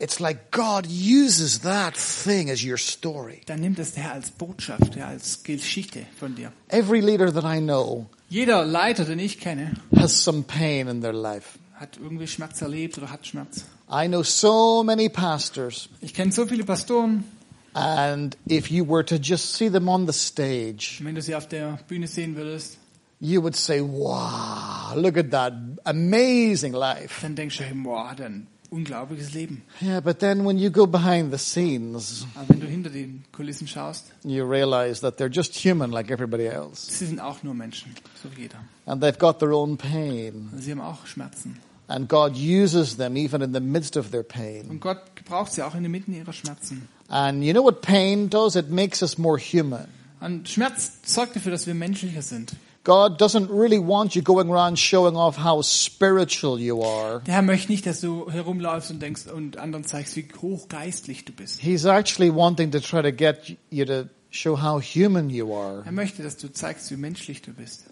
Speaker 1: it's like God uses that thing as your story.
Speaker 2: dann nimmt das der Herr als Botschaft, der Herr als Geschichte von dir.
Speaker 1: Every leader that I know
Speaker 2: Jeder Leiter, den ich kenne,
Speaker 1: has some pain in their life.
Speaker 2: hat irgendwie Schmerz erlebt oder hat Schmerz.
Speaker 1: I know so many pastors,
Speaker 2: Ich kenne so viele Pastoren,
Speaker 1: and if you were to just see them on the stage,
Speaker 2: wenn du sie auf der Bühne sehen würdest,
Speaker 1: you would say, wow, look at that amazing life.
Speaker 2: dann denkst du, hey, boah, hat er ein unglaubliches Leben.
Speaker 1: Yeah, but then when you go behind the scenes,
Speaker 2: Aber wenn du hinter den Kulissen schaust,
Speaker 1: you realize that they're just human like everybody else.
Speaker 2: sie sind auch nur Menschen, so wie jeder.
Speaker 1: And they've got their own pain.
Speaker 2: Und sie haben auch Schmerzen.
Speaker 1: And God uses them even in the midst of their pain.
Speaker 2: Und Gott gebraucht sie auch in der Mitte ihrer Schmerzen.
Speaker 1: And you know what pain does? It makes us more human.
Speaker 2: Und Schmerz sorgt dafür, dass wir menschlicher sind.
Speaker 1: God doesn't really want you going around showing off how spiritual you are.
Speaker 2: Der Herr möchte nicht, dass du herumläufst und denkst und anderen zeigst, wie hochgeistlich du bist.
Speaker 1: He's actually wanting to try to get you to show how human you are.
Speaker 2: Er möchte, dass du zeigst, wie menschlich du bist.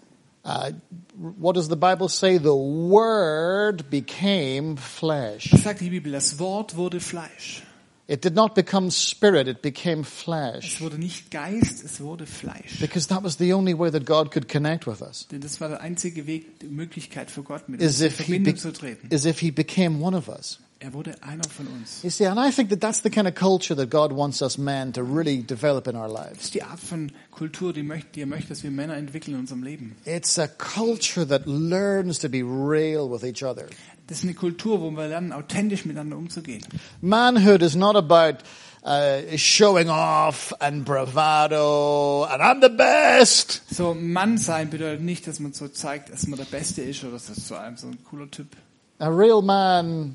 Speaker 1: Uh, what does the Bible say? The Word became flesh.
Speaker 2: Das sagt die Bibel, das Wort wurde Fleisch.
Speaker 1: It did not become spirit, it became flesh.
Speaker 2: Es wurde nicht Geist, es wurde Fleisch.
Speaker 1: Because that was the only way that God could connect with us,
Speaker 2: Denn das war der einzige Weg, die Möglichkeit für Gott mit uns
Speaker 1: is
Speaker 2: in
Speaker 1: if he,
Speaker 2: Verbindung
Speaker 1: be-
Speaker 2: zu treten.
Speaker 1: is if he became one of us.
Speaker 2: Er wurde einer von uns.
Speaker 1: You see, and I think that that's the kind of culture that God wants us men to really develop in our
Speaker 2: Das
Speaker 1: lives.
Speaker 2: ist die Art von Kultur, die, möchte, die er möchte, dass wir Männer entwickeln in unserem Leben.
Speaker 1: It's a culture that learns to be real with each other.
Speaker 2: Das ist eine Kultur, wo wir lernen, authentisch miteinander umzugehen.
Speaker 1: Manhood is not about uh, showing off and bravado and I'm the best.
Speaker 2: So Mann sein bedeutet nicht, dass man so zeigt, dass man der Beste ist oder dass das zu einem so ein cooler Typ.
Speaker 1: A real man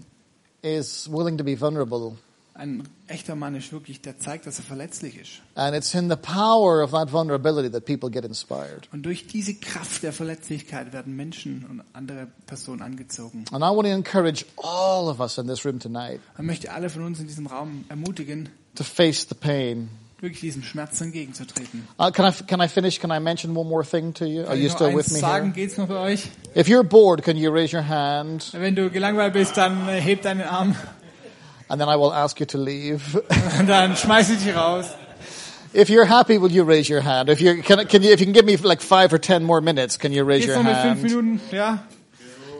Speaker 1: is willing to be vulnerable,
Speaker 2: Ein echter Mann ist wirklich, der zeigt, dass er verletzlich ist.
Speaker 1: and it's in the power of that vulnerability that people get inspired.
Speaker 2: Und durch diese Kraft der Verletzlichkeit werden Menschen und andere Personen angezogen.
Speaker 1: And I want to encourage all of us in this room tonight
Speaker 2: Man möchte alle von uns in diesem Raum ermutigen,
Speaker 1: to face the pain.
Speaker 2: wirklich diesem Schmerz entgegenzutreten.
Speaker 1: Uh, can I can I finish? Can I mention one more thing to you? Are
Speaker 2: Kann
Speaker 1: you
Speaker 2: ich noch
Speaker 1: still
Speaker 2: eins
Speaker 1: with me
Speaker 2: sagen,
Speaker 1: here?
Speaker 2: geht's noch bei euch?
Speaker 1: If you're bored, can you raise your hand,
Speaker 2: Wenn du gelangweilt bist, dann äh, heb deinen Arm
Speaker 1: and then I will ask you to leave.
Speaker 2: und dann schmeiß ich dich raus.
Speaker 1: If you're happy, will you raise your hand? If you can, can you, if you can give me like five or ten more minutes, can you raise
Speaker 2: Geht's
Speaker 1: your
Speaker 2: noch mit fünf
Speaker 1: hand?
Speaker 2: Minuten? Ja?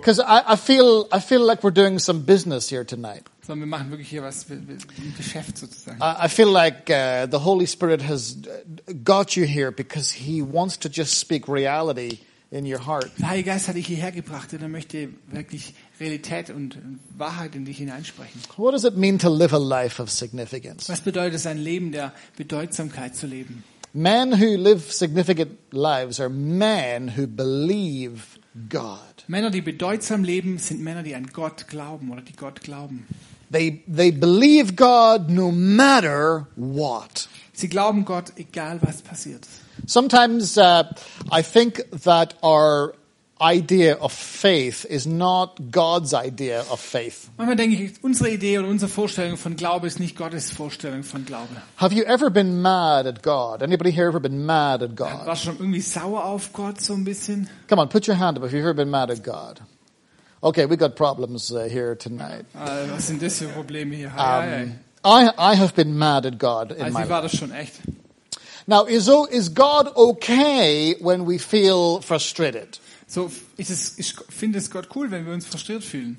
Speaker 1: Because I, I feel I feel like we're doing some business here tonight.
Speaker 2: So, wir machen wirklich hier was, wir- wir- ein Geschäft sozusagen.
Speaker 1: I, I feel like uh, the Holy Spirit has uh, got you here because He wants to just speak reality in your heart.
Speaker 2: Der Heilige Geist hat dich hierher gebracht und er möchte wirklich Realität und Wahrheit in dich hineinsprechen.
Speaker 1: What does it mean to live a life of significance?
Speaker 2: Was bedeutet es, ein Leben der Bedeutsamkeit zu leben?
Speaker 1: Men who live significant lives are men who believe God.
Speaker 2: Männer, die bedeutsam leben, sind Männer, die an Gott glauben oder die Gott glauben.
Speaker 1: They they believe God no matter what.
Speaker 2: Sie glauben Gott, egal was passiert.
Speaker 1: Sometimes uh, I think that our idea of faith is not God's idea of faith.
Speaker 2: Manchmal denke ich, unsere Idee oder unsere Vorstellung von Glaube ist nicht Gottes Vorstellung von Glaube.
Speaker 1: Have you ever been mad at God? Anybody here ever been mad at God?
Speaker 2: War schon irgendwie sauer auf Gott so ein bisschen?
Speaker 1: Come on, put your hand up if you've ever been mad at God. Okay, we got problems uh, here tonight.
Speaker 2: Ah, was sind das für Probleme hier? Hi, hi, hi.
Speaker 1: Um, I, I have been mad at God in
Speaker 2: Also
Speaker 1: my
Speaker 2: ich
Speaker 1: life.
Speaker 2: war das schon echt.
Speaker 1: Now, is, o- is God okay when we feel frustrated?
Speaker 2: So, ist es, ich finde es Gott cool, wenn wir uns frustriert fühlen.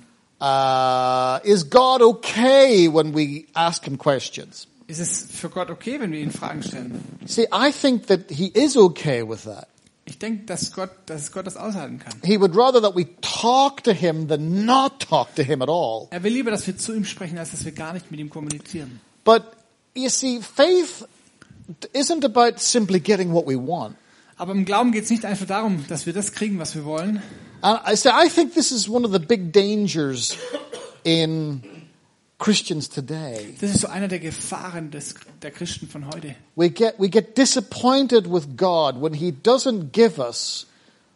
Speaker 1: Uh, is God okay when we ask Him questions?
Speaker 2: Ist es für Gott okay, wenn wir ihn Fragen stellen?
Speaker 1: See, I think that He is okay with that.
Speaker 2: Ich denke, dass Gott, dass Gott das aushalten kann.
Speaker 1: He would rather that we talk to Him than not talk to Him at all.
Speaker 2: Er will lieber, dass wir zu ihm sprechen, als dass wir gar nicht mit ihm kommunizieren.
Speaker 1: But you see, faith isn't about simply getting what we want.
Speaker 2: Aber im Glauben geht es nicht einfach darum, dass wir das kriegen, was wir wollen.
Speaker 1: And I say, I think this is one of the big dangers in Christians today.
Speaker 2: Das ist so einer der Gefahren des, der Christen von heute.
Speaker 1: We get, we get disappointed with God when He doesn't give us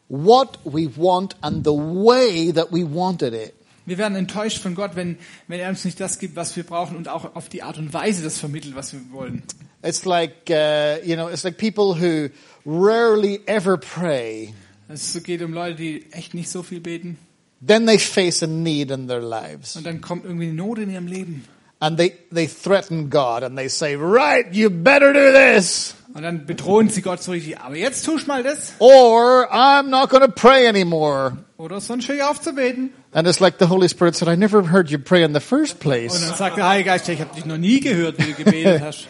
Speaker 1: what we want and the way that we wanted it.
Speaker 2: Wir werden enttäuscht von Gott, wenn, wenn er uns nicht das gibt, was wir brauchen und auch auf die Art und Weise das vermittelt, was wir wollen.
Speaker 1: It's like, uh, you know, it's like people who rarely ever pray,
Speaker 2: Es geht um Leute, die echt nicht so viel beten
Speaker 1: then they face a need in their lives.
Speaker 2: und dann kommt irgendwie eine Not in ihrem Leben.
Speaker 1: And they, they threaten God and they say, right, you better do this.
Speaker 2: Und dann bedrohen sie Gott so richtig. Aber jetzt tust mal das
Speaker 1: Or I'm not going to pray anymore.
Speaker 2: oder sonst höre ich auf zu beten.
Speaker 1: And it's like the Holy Spirit said, I never heard you pray in the first
Speaker 2: Und
Speaker 1: place.
Speaker 2: dann sagt der Heilige Geist, ich habe dich noch nie gehört, wie du gebetet hast.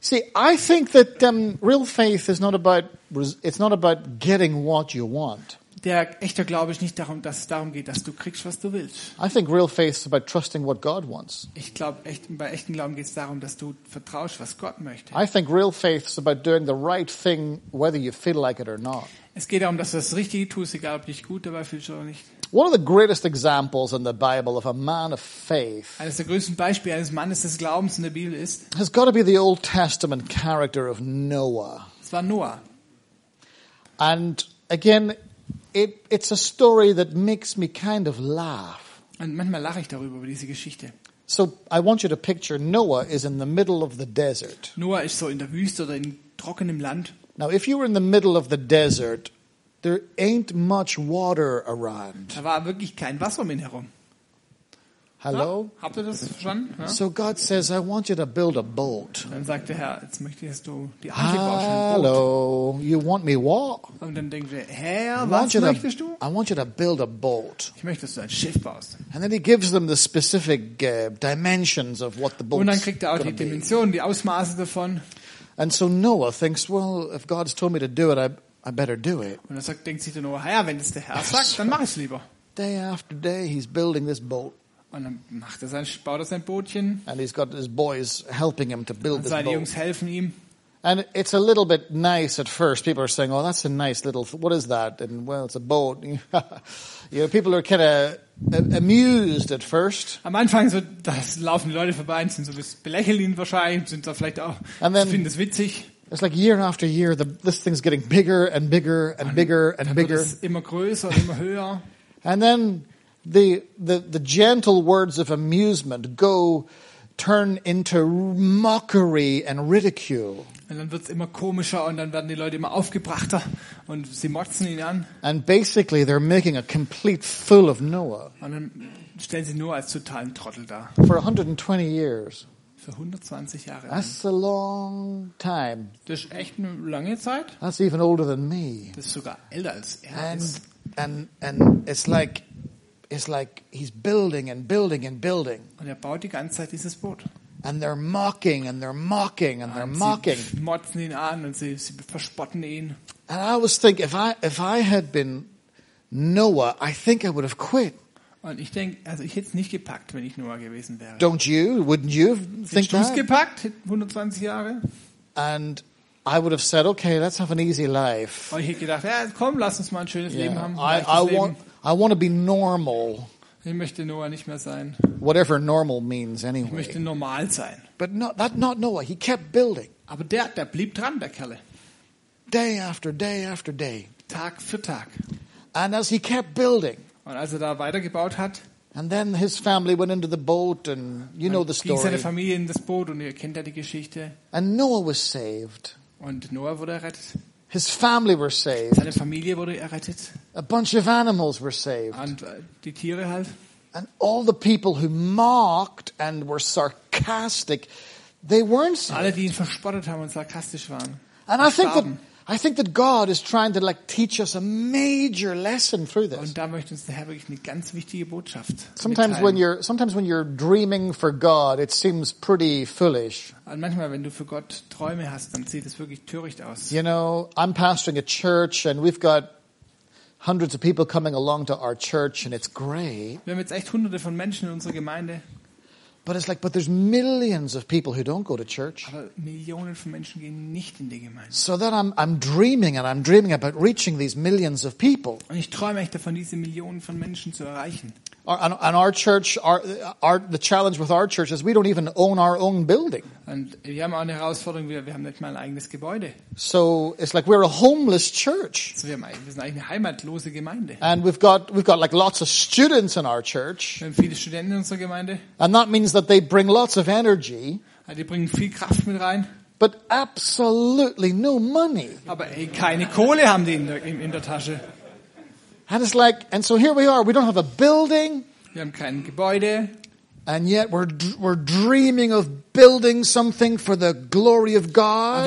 Speaker 1: See, I think that um, real faith is not about res- it's not about getting what you want.
Speaker 2: Der echte Glaube ist nicht darum, dass es darum geht, dass du kriegst, was du willst.
Speaker 1: I think real faith is about trusting what God wants.
Speaker 2: Ich glaube, echt, bei echten Glauben geht es darum, dass du vertraust, was Gott möchte.
Speaker 1: I think real faith is about doing the right thing, whether you feel like it or not.
Speaker 2: Es geht darum, dass du das Richtige tust, egal ob du dich gut dabei fühlst oder nicht.
Speaker 1: One of the greatest examples in the Bible of a man of faith
Speaker 2: Eines der größten Beispiele eines Mannes des Glaubens in der Bibel ist,
Speaker 1: has got to be the Old Testament character of Noah.
Speaker 2: es war Noah.
Speaker 1: And again, it, it's a story that makes me kind of laugh.
Speaker 2: Und manchmal lache ich darüber, über diese Geschichte.
Speaker 1: So I want you to picture Noah is in the middle of the desert.
Speaker 2: Noah ist so in der Wüste oder in trockenem Land.
Speaker 1: Now, if you were in the middle of the desert, there ain't much water around.
Speaker 2: Da war wirklich kein Wasser um ihn herum.
Speaker 1: Hello?
Speaker 2: Habt ihr das verstanden? Ja?
Speaker 1: So God says, I want you to build a boat.
Speaker 2: Dann sagt der Herr, jetzt möchte ich, dass du die Antik baust. ein Boot.
Speaker 1: Hello. You want me what?
Speaker 2: Und dann denkt er, Herr,
Speaker 1: I
Speaker 2: was
Speaker 1: want, you
Speaker 2: möchtest
Speaker 1: to,
Speaker 2: du?
Speaker 1: I want you to build a boat.
Speaker 2: Ich möchte, dass du ein Schiff baust.
Speaker 1: And then he gives them the specific uh, dimensions of what the boat
Speaker 2: Und dann
Speaker 1: is
Speaker 2: kriegt er auch die
Speaker 1: going to be.
Speaker 2: Dimensionen, die Ausmaße davon.
Speaker 1: And so Noah thinks, well, if God's told me to do it, I, I better do it.
Speaker 2: Und dann sagt, denkt sich der Noah, ja, wenn es der Herr sagt, dann mach ich es lieber.
Speaker 1: Day after day, he's building this boat.
Speaker 2: Und dann macht er sein, baut er sein Bootchen.
Speaker 1: And he's got his boys helping him to build
Speaker 2: Und
Speaker 1: this
Speaker 2: seine
Speaker 1: boat.
Speaker 2: Jungs helfen ihm.
Speaker 1: And it's a little bit nice at first. People are saying, "Oh, that's a nice little. Th- what is that?" And well, it's a boat. you know, people are kind of amused at first,
Speaker 2: Am Anfang so, das laufen die Leute vorbei und sind so ein bisschen belächeln ihn wahrscheinlich, sind da vielleicht auch,
Speaker 1: And then-
Speaker 2: finden es witzig.
Speaker 1: it's like year after year, the, this thing's getting bigger and bigger and bigger and
Speaker 2: Dann wird
Speaker 1: bigger.
Speaker 2: es immer größer, und immer höher.
Speaker 1: And then the the the gentle words of amusement go turn into mockery and ridicule.
Speaker 2: Und dann wird's immer komischer und dann werden die Leute immer aufgebrachter und sie motzen ihn an.
Speaker 1: And basically, they're making a complete fool of Noah
Speaker 2: Und dann stellen sie nur als totalen Trottel dar.
Speaker 1: for 120 years.
Speaker 2: Für 120 Jahre. lang.
Speaker 1: That's a long time.
Speaker 2: Das ist echt eine lange Zeit.
Speaker 1: That's even older than me.
Speaker 2: Das ist sogar älter als er
Speaker 1: And
Speaker 2: ist.
Speaker 1: and and it's like it's like he's building and building and building.
Speaker 2: Und er baut die ganze Zeit dieses Boot.
Speaker 1: And they're mocking and they're mocking and they're
Speaker 2: Und
Speaker 1: mocking.
Speaker 2: Sie motzen ihn an und sie, sie verspotten ihn.
Speaker 1: And I always think if I if I had been Noah, I think I would have quit.
Speaker 2: Und ich denke, also ich hätte es nicht gepackt, wenn ich Noah gewesen wäre.
Speaker 1: Don't you? Wouldn't you have think
Speaker 2: Hättest du es
Speaker 1: that?
Speaker 2: gepackt, 120 Jahre?
Speaker 1: And I would have said, okay, let's have an easy life.
Speaker 2: Und ich hätte gedacht, ja, komm, lass uns mal ein schönes Leben
Speaker 1: Yeah.
Speaker 2: haben. ein
Speaker 1: I,
Speaker 2: leichtes
Speaker 1: I
Speaker 2: Leben.
Speaker 1: want I want to be normal,
Speaker 2: Ich möchte Noah nicht mehr sein.
Speaker 1: whatever normal means
Speaker 2: Ich möchte
Speaker 1: anyway.
Speaker 2: normal sein.
Speaker 1: But not that not Noah. He kept building.
Speaker 2: Aber der, der blieb dran, der Kerle.
Speaker 1: day after day after day.
Speaker 2: Tag für Tag.
Speaker 1: And as he kept building,
Speaker 2: Und als er da weitergebaut hat,
Speaker 1: and then his family went into the boat, and you know the
Speaker 2: ging
Speaker 1: story.
Speaker 2: seine Familie in das Boot und ihr kennt ja die Geschichte.
Speaker 1: And Noah was saved.
Speaker 2: Und Noah wurde errettet.
Speaker 1: His family were saved.
Speaker 2: Seine Familie wurde errettet.
Speaker 1: A bunch of animals were saved.
Speaker 2: Und äh, die Tiere halt.
Speaker 1: And all the people who mocked and were sarcastic, they weren't saved.
Speaker 2: Alle, die ihn verspottet haben und sarkastisch waren.
Speaker 1: And I think that,
Speaker 2: starben.
Speaker 1: I think that God is trying to like teach us a major lesson through this.
Speaker 2: Und da möchte uns der Herr wirklich eine ganz wichtige Botschaft
Speaker 1: Sometimes
Speaker 2: mitteilen.
Speaker 1: when you're, sometimes when you're dreaming for God, it seems pretty foolish.
Speaker 2: Und manchmal, wenn du für Gott Träume hast, dann sieht es wirklich töricht aus.
Speaker 1: You know, I'm pastoring a church and we've got hundreds of people coming along to our church and it's great.
Speaker 2: Wir haben jetzt echt hunderte von Menschen in unserer Gemeinde,
Speaker 1: But it's like, but there's millions of people who don't go to church.
Speaker 2: aber Millionen von Menschen gehen nicht in die Gemeinde.
Speaker 1: So then I'm, I'm dreaming and I'm dreaming about reaching these millions of people.
Speaker 2: Und ich träume echt davon, diese Millionen von Menschen zu erreichen.
Speaker 1: Our, and and our church, our, our, the challenge with our church is we don't even own our own building.
Speaker 2: Und wir haben auch eine Herausforderung, wir, wir haben nicht mal ein eigenes Gebäude.
Speaker 1: So it's like we're a homeless church.
Speaker 2: Also wir, haben, ein- wir sind eigentlich eine heimatlose Gemeinde.
Speaker 1: And we've got, we've got like lots of students in our church.
Speaker 2: Wir haben viele Studenten in unserer Gemeinde,
Speaker 1: And that means that they bring lots of energy,
Speaker 2: also die bringen viel Kraft mit rein,
Speaker 1: but absolutely no money.
Speaker 2: aber ey, keine Kohle haben die in der, in, in der Tasche.
Speaker 1: And it's like, and so here we are. We don't have a building,
Speaker 2: Wir haben kein Gebäude,
Speaker 1: and yet we're dr- we're dreaming of building something for the glory of
Speaker 2: aber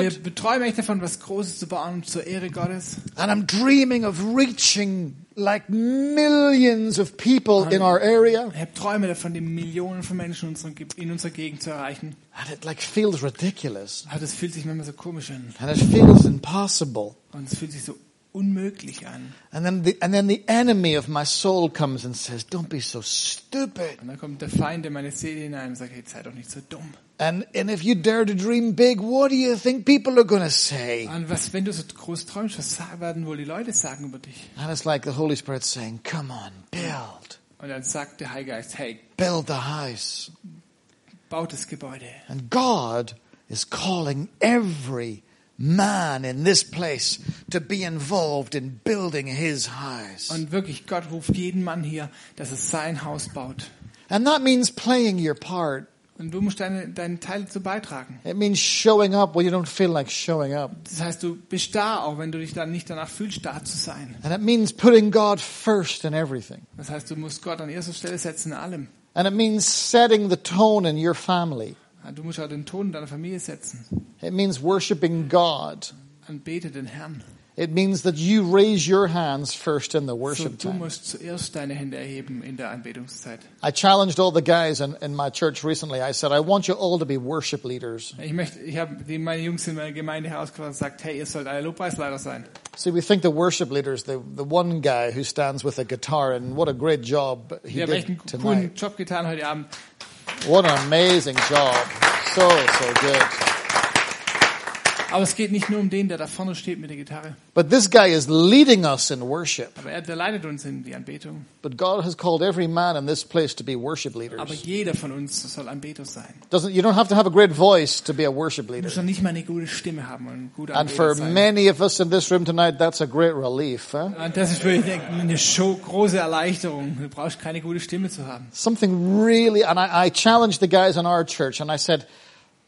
Speaker 1: God,
Speaker 2: wir beträumen echt davon, was Großes zu bauen zur Ehre Gottes.
Speaker 1: and I'm dreaming of reaching like millions of people in our area,
Speaker 2: Ich habe Träume davon, die Millionen von Menschen in unserer, Ge- in unserer Gegend zu erreichen.
Speaker 1: and it like feels ridiculous,
Speaker 2: Aber das fühlt sich manchmal so komisch an.
Speaker 1: and it feels impossible.
Speaker 2: Und es fühlt sich so unmöglich an.
Speaker 1: And then the and then the enemy of my soul comes and says, "Don't be so stupid."
Speaker 2: Und dann kommt der Feind in meine Seele hinein und sagt, hey, sei doch nicht so dumm.
Speaker 1: And and if you dare to dream big, what do you think people are going to say?
Speaker 2: Und was, wenn du so groß träumst, was sa- werden wohl die Leute sagen über dich?
Speaker 1: And it's like the Holy Spirit saying, "Come on, build."
Speaker 2: Und dann sagt der Heilige Geist, hey,
Speaker 1: build the house.
Speaker 2: baut das Gebäude.
Speaker 1: And God is calling every man in this place to be involved in building his house.
Speaker 2: Und wirklich, Gott ruft jeden Mann hier, dass er sein Haus baut.
Speaker 1: And that means playing your part.
Speaker 2: Und du musst deine, deinen Teil dazu beitragen.
Speaker 1: It means showing up when you don't feel like showing up.
Speaker 2: Das heißt, du bist da, auch wenn du dich dann nicht danach fühlst, da zu sein.
Speaker 1: And it means putting God first in everything.
Speaker 2: Das heißt, du musst Gott an erster Stelle setzen in allem.
Speaker 1: And it means setting the tone in your family.
Speaker 2: Ah, Du musst auch den Ton in deiner Familie setzen.
Speaker 1: It means worshiping God.
Speaker 2: Anbete den Herrn.
Speaker 1: It means that you raise your hands first in the
Speaker 2: So,
Speaker 1: worship
Speaker 2: du
Speaker 1: time.
Speaker 2: musst zuerst deine Hände erheben in der Anbetungszeit.
Speaker 1: I challenged all the guys in, in my church recently. I said, I want you all to be worship leaders.
Speaker 2: Ich möchte, ich habe die meine Jungs in meiner Gemeinde herausgefordert und gesagt, hey, ihr sollt alle Lobpreisleiter sein.
Speaker 1: See, we think the worship leaders, the, the one guy who stands with a guitar, and what a great job he
Speaker 2: Ihr habt echt einen
Speaker 1: did tonight.
Speaker 2: coolen Job getan heute Abend.
Speaker 1: What an amazing job. So, so good.
Speaker 2: Aber es geht nicht nur um den, der da vorne steht mit der Gitarre.
Speaker 1: But this guy is leading us in worship.
Speaker 2: Aber er, der leitet uns in die Anbetung.
Speaker 1: But God has called every man in this place to be worship
Speaker 2: Aber
Speaker 1: leaders.
Speaker 2: jeder von uns soll Anbeter sein.
Speaker 1: Doesn't, you don't have to have a great voice to be a worship
Speaker 2: Du
Speaker 1: leader.
Speaker 2: musst noch nicht mal eine gute Stimme haben und ein guter
Speaker 1: And for
Speaker 2: Anbeter sein.
Speaker 1: many of us in this room tonight, that's a great relief. Huh?
Speaker 2: Und das ist für mich eine Show, große Erleichterung. Du brauchst keine gute Stimme zu haben.
Speaker 1: Something really, and I, I challenged the guys in our church and I said,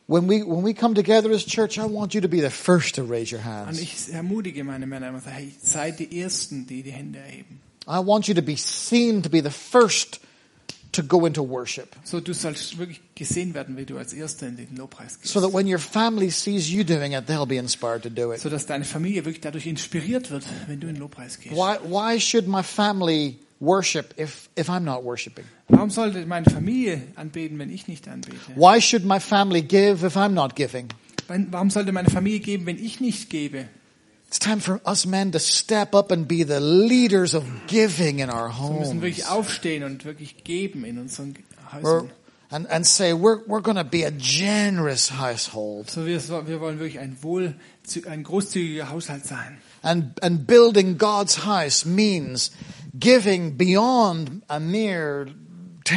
Speaker 1: when we, when we come together as church, I want you to be the first to raise your
Speaker 2: Und
Speaker 1: hands.
Speaker 2: ich ermutige meine Männer immer, sage, hey, seid die Ersten, die die Hände erheben.
Speaker 1: I want you to be seen to be the first to go into worship.
Speaker 2: So, du sollst wirklich gesehen werden, wie du als Erster in den Lobpreis gehst.
Speaker 1: So that when your family sees you doing it, they'll be inspired to do it.
Speaker 2: sodass deine Familie wirklich dadurch inspiriert wird, wenn du in den Lobpreis gehst.
Speaker 1: Why, why should my family worship if, if I'm not worshiping?
Speaker 2: Warum sollte meine Familie anbeten, wenn ich nicht anbete?
Speaker 1: Why should my family give if I'm not giving?
Speaker 2: Wenn- Warum sollte meine Familie geben, wenn ich nicht gebe?
Speaker 1: It's time for us men to step up and be the leaders of giving in our
Speaker 2: Wir müssen
Speaker 1: homes.
Speaker 2: wirklich aufstehen und wirklich geben in unseren
Speaker 1: We're-
Speaker 2: Häusern.
Speaker 1: and, and say, we're, we're going to be a generous household.
Speaker 2: So wir, so- wir wollen wirklich ein wohl, ein großzügiger Haushalt sein.
Speaker 1: And, and building God's house means giving beyond a mere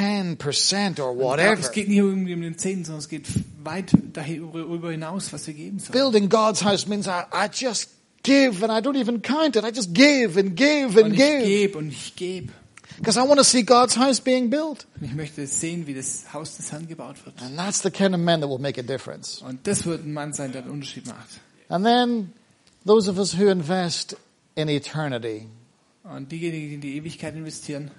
Speaker 1: 10% or
Speaker 2: Es
Speaker 1: whatever.
Speaker 2: geht nicht irgendwie um den Zehnten, sondern es geht weit darüber hinaus, was wir geben sollen.
Speaker 1: Building God's house means I, I just give and I don't even count it. I just give and give
Speaker 2: Und
Speaker 1: and
Speaker 2: ich
Speaker 1: give.
Speaker 2: gebe und ich gebe.
Speaker 1: Because I want to see God's house being built.
Speaker 2: Und ich möchte sehen, wie das Haus des Herrn gebaut wird.
Speaker 1: And that's the kind of men that will make a difference.
Speaker 2: Und das wird ein Mann sein, der einen Unterschied macht.
Speaker 1: And then those of us who invest in eternity.
Speaker 2: Und diejenigen, die in die Ewigkeit investieren,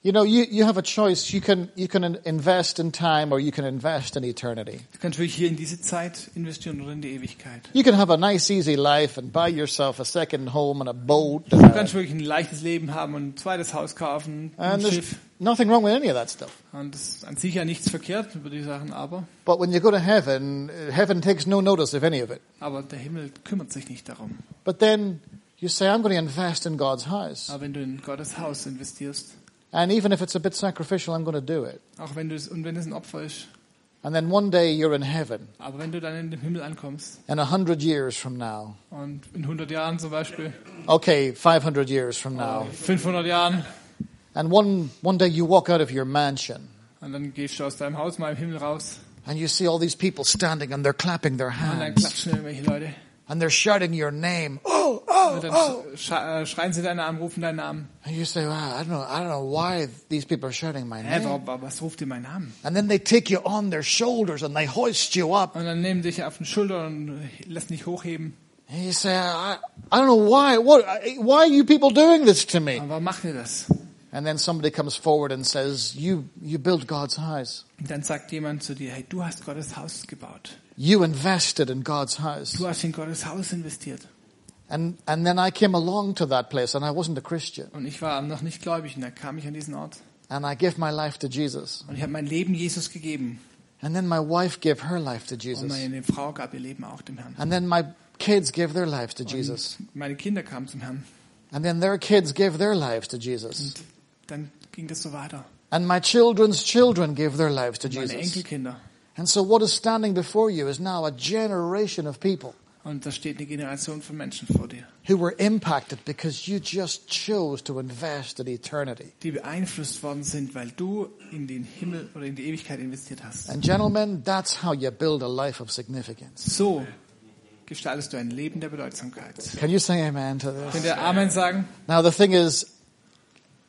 Speaker 1: You know, you, you have a choice. You can, you can invest in time or you can invest in eternity.
Speaker 2: du kannst wirklich hier in diese Zeit investieren oder in die Ewigkeit.
Speaker 1: You can have a nice, easy life and buy yourself a second home and a boat.
Speaker 2: Du
Speaker 1: And,
Speaker 2: kannst wirklich ein leichtes Leben haben und ein zweites Haus kaufen, ein
Speaker 1: and there's
Speaker 2: Schiff.
Speaker 1: nothing wrong with any of that stuff.
Speaker 2: Und das ist an sich ja nichts verkehrt über die Sachen, aber,
Speaker 1: But when you go to heaven, heaven takes no notice of any of it.
Speaker 2: aber der Himmel kümmert sich nicht darum.
Speaker 1: But then you say, I'm going to invest in God's house.
Speaker 2: Aber wenn du in Gottes Haus investierst,
Speaker 1: And even if it's a bit sacrificial, I'm going to do it.
Speaker 2: auch wenn du es, und wenn es ein Opfer ist,
Speaker 1: And then one day you're in heaven,
Speaker 2: aber wenn du dann in den Himmel ankommst
Speaker 1: and a hundred years from now,
Speaker 2: und in 100 Jahren zum Beispiel,
Speaker 1: okay, 500 years from now,
Speaker 2: 500 Jahren,
Speaker 1: and one, one day you walk out of your mansion,
Speaker 2: und dann gehst du aus deinem Haus mal im Himmel raus
Speaker 1: and you see all these people standing and they're clapping their
Speaker 2: und dann
Speaker 1: hands,
Speaker 2: klatschen irgendwelche Leute.
Speaker 1: and they're shouting your name, oh,
Speaker 2: Und dann
Speaker 1: oh, oh.
Speaker 2: scha- äh, schreien sie deinen Namen, rufen deinen Namen.
Speaker 1: And you say, wow, I don't know, I don't know why these people are shouting my
Speaker 2: Hä,
Speaker 1: name.
Speaker 2: warum, warum- was ruft ihr meinen Namen?
Speaker 1: And then they take you on their shoulders and they hoist you up.
Speaker 2: Und dann nehmen dich auf den Schulter und lassen dich hochheben.
Speaker 1: And you say, I, I don't know why, what, why are you people doing this to me?
Speaker 2: Aber warum macht ihr das?
Speaker 1: And then somebody comes forward and says, you, you built God's house.
Speaker 2: Und dann sagt jemand zu dir, hey, du hast Gottes Haus gebaut.
Speaker 1: You invested in God's house.
Speaker 2: Du hast in Gottes Haus investiert.
Speaker 1: And, and then I came along to that place and I wasn't a Christian.
Speaker 2: Und ich war noch nicht gläubig und da kam ich an diesen Ort.
Speaker 1: And I gave my life to Jesus.
Speaker 2: Und ich habe mein Leben Jesus gegeben.
Speaker 1: And then my wife gave her life to
Speaker 2: Und
Speaker 1: Jesus.
Speaker 2: meine Frau gab ihr Leben auch dem Herrn.
Speaker 1: And then my kids gave their lives to Jesus.
Speaker 2: Und meine Kinder kamen zum Herrn.
Speaker 1: And then their kids gave their lives to Jesus.
Speaker 2: Und dann ging das so weiter.
Speaker 1: And my children's children gave their lives to
Speaker 2: Meine
Speaker 1: Jesus.
Speaker 2: Enkelkinder.
Speaker 1: And so what is standing before you is now a generation of people
Speaker 2: Und da steht eine Generation von Menschen vor dir,
Speaker 1: who were impacted because you just chose to invest in eternity.
Speaker 2: die beeinflusst worden sind, weil du in den Himmel oder in die Ewigkeit investiert hast.
Speaker 1: And gentlemen, that's how you build a life of significance.
Speaker 2: So gestaltest du ein Leben der Bedeutsamkeit.
Speaker 1: Can you say amen to this?
Speaker 2: Könnt ihr Amen sagen?
Speaker 1: Now the thing is,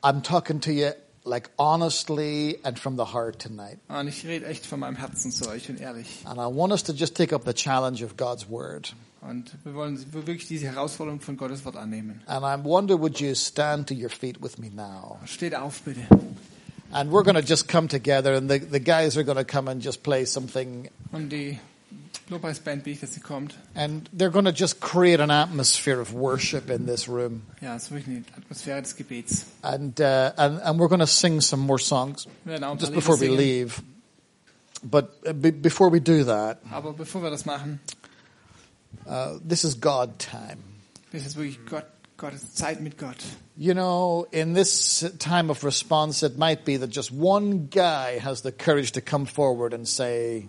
Speaker 1: I'm talking to you like honestly and from the heart tonight.
Speaker 2: Und ich rede echt von meinem Herzen zu euch und ehrlich.
Speaker 1: And I want us to just take up the challenge of God's word.
Speaker 2: Und wir wollen wirklich diese Herausforderung von Gottes Wort annehmen.
Speaker 1: And I wonder, would you stand to your feet with me now?
Speaker 2: Steht auf, bitte.
Speaker 1: and we're going to just come together, and the, the guys are going to come and just play something,
Speaker 2: Und die Lobpreisband, wie ich, dass sie kommt.
Speaker 1: and they're going to just create an atmosphere of worship in this room,
Speaker 2: Ja, es ist wirklich eine Atmosphäre des Gebets.
Speaker 1: and uh, and and we're going to sing some more songs
Speaker 2: Wir werden auch ein paar
Speaker 1: just
Speaker 2: Lieder
Speaker 1: before we
Speaker 2: singen.
Speaker 1: leave. But uh, be, before we do that,
Speaker 2: Aber bevor wir das machen,
Speaker 1: uh, this is God time.
Speaker 2: das ist wirklich Gott, Gottes Zeit mit Gott.
Speaker 1: You know, in this time of response, it might be that just one guy has the courage to come forward and say,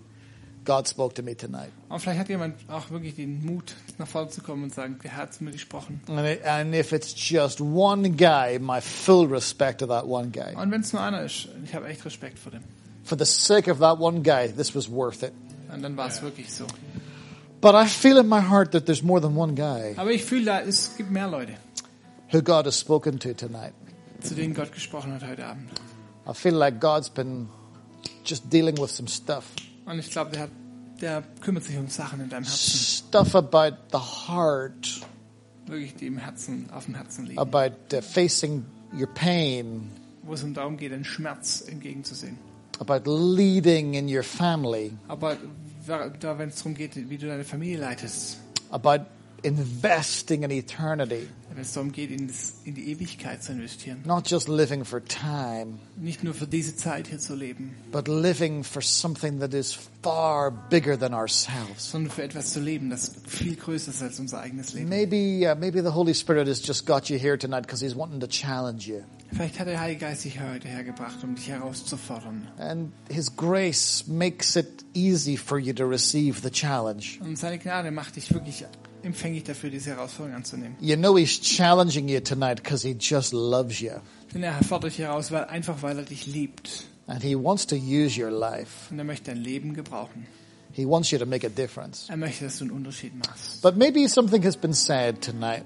Speaker 1: God spoke to me tonight.
Speaker 2: Und vielleicht hat jemand auch wirklich den Mut, nach vorne zu kommen und sagen, der hat zu mir gesprochen.
Speaker 1: And, it, and if it's just one guy, my full respect to that one guy.
Speaker 2: Und wenn es nur einer ist, ich habe echt Respekt vor dem.
Speaker 1: For the sake of that one guy, this was worth it.
Speaker 2: Und dann war es wirklich so.
Speaker 1: But I feel in my heart that there's more than one guy
Speaker 2: Aber ich fühle, da, es gibt mehr Leute,
Speaker 1: who God has spoken to tonight.
Speaker 2: zu denen Gott gesprochen hat heute Abend.
Speaker 1: I feel like God's been just dealing with some stuff.
Speaker 2: Und ich glaube, der, hat, der kümmert sich um Sachen in deinem Herzen,
Speaker 1: Stuff about the heart,
Speaker 2: wirklich die im Herzen, auf dem Herzen liegen.
Speaker 1: about uh, facing your pain.
Speaker 2: Wo es um darum geht, den Schmerz entgegenzusehen.
Speaker 1: about leading in your family,
Speaker 2: Aber da, da, wenn es darum geht, wie du deine Familie leitest,
Speaker 1: about investing in eternity,
Speaker 2: wenn es darum geht, in, das, in die Ewigkeit zu investieren,
Speaker 1: not just living for time,
Speaker 2: nicht nur für diese Zeit hier zu leben,
Speaker 1: but living for something that is far bigger than ourselves.
Speaker 2: sondern für etwas zu leben, das viel größer ist als unser eigenes Leben.
Speaker 1: Maybe, uh, maybe the Holy Spirit has just got you here tonight because He's wanting to challenge you,
Speaker 2: Vielleicht hat der Heilige Geist dich heute hergebracht, um dich herauszufordern.
Speaker 1: and His grace makes it easy for you to receive the challenge.
Speaker 2: Und seine Gnade macht dich wirklich empfänglich dafür, diese Herausforderung anzunehmen.
Speaker 1: You know He's challenging you tonight because He just loves you,
Speaker 2: Denn er fordert dich heraus, weil, einfach weil er dich liebt.
Speaker 1: and He wants to use your life.
Speaker 2: Und er möchte dein Leben gebrauchen.
Speaker 1: He wants you to make a difference.
Speaker 2: Er möchte, dass du einen Unterschied machst.
Speaker 1: But maybe something has been said tonight.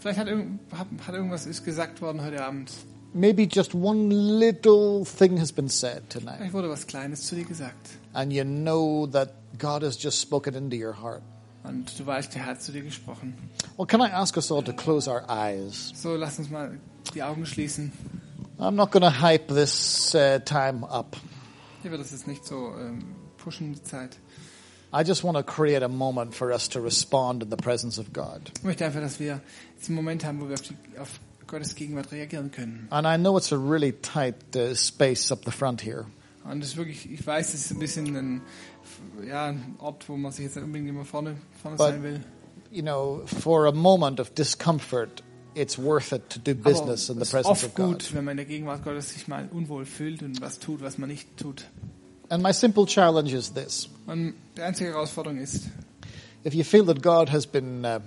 Speaker 2: Vielleicht hat, irgend- hat, hat irgendwas ist gesagt worden heute Abend.
Speaker 1: Maybe just one little thing has been said tonight.
Speaker 2: Vielleicht wurde was Kleines zu dir gesagt.
Speaker 1: And you know that God has just spoken into your heart.
Speaker 2: Und du weißt, der hat zu dir gesprochen.
Speaker 1: Well, can I ask us all to close our eyes?
Speaker 2: So, lass uns mal die Augen schließen.
Speaker 1: I'm not going to hype this uh, time up.
Speaker 2: Hier wird es jetzt nicht so ähm, pushen, die Zeit.
Speaker 1: I just want to create a moment for us to respond in the presence of God.
Speaker 2: Ich möchte einfach, dass wir jetzt einen Moment haben, wo wir auf, die, auf Gottes Gegenwart reagieren können.
Speaker 1: And I know it's a really tight uh, space up the front here.
Speaker 2: Und das ist wirklich, ich weiß, es ist ein bisschen ein, ja, ein Ort, wo man sich jetzt nicht unbedingt immer vorne, vorne
Speaker 1: But-
Speaker 2: sein will.
Speaker 1: You know, for a moment of discomfort, it's worth it to do
Speaker 2: Aber
Speaker 1: business
Speaker 2: es
Speaker 1: in the
Speaker 2: ist
Speaker 1: presence
Speaker 2: oft
Speaker 1: of God.
Speaker 2: gut, wenn man in der Gegenwart Gottes sich mal unwohl fühlt und was tut, was man nicht tut.
Speaker 1: And my simple challenge is this.
Speaker 2: Und die einzige Herausforderung ist,
Speaker 1: If you feel that God has been uh,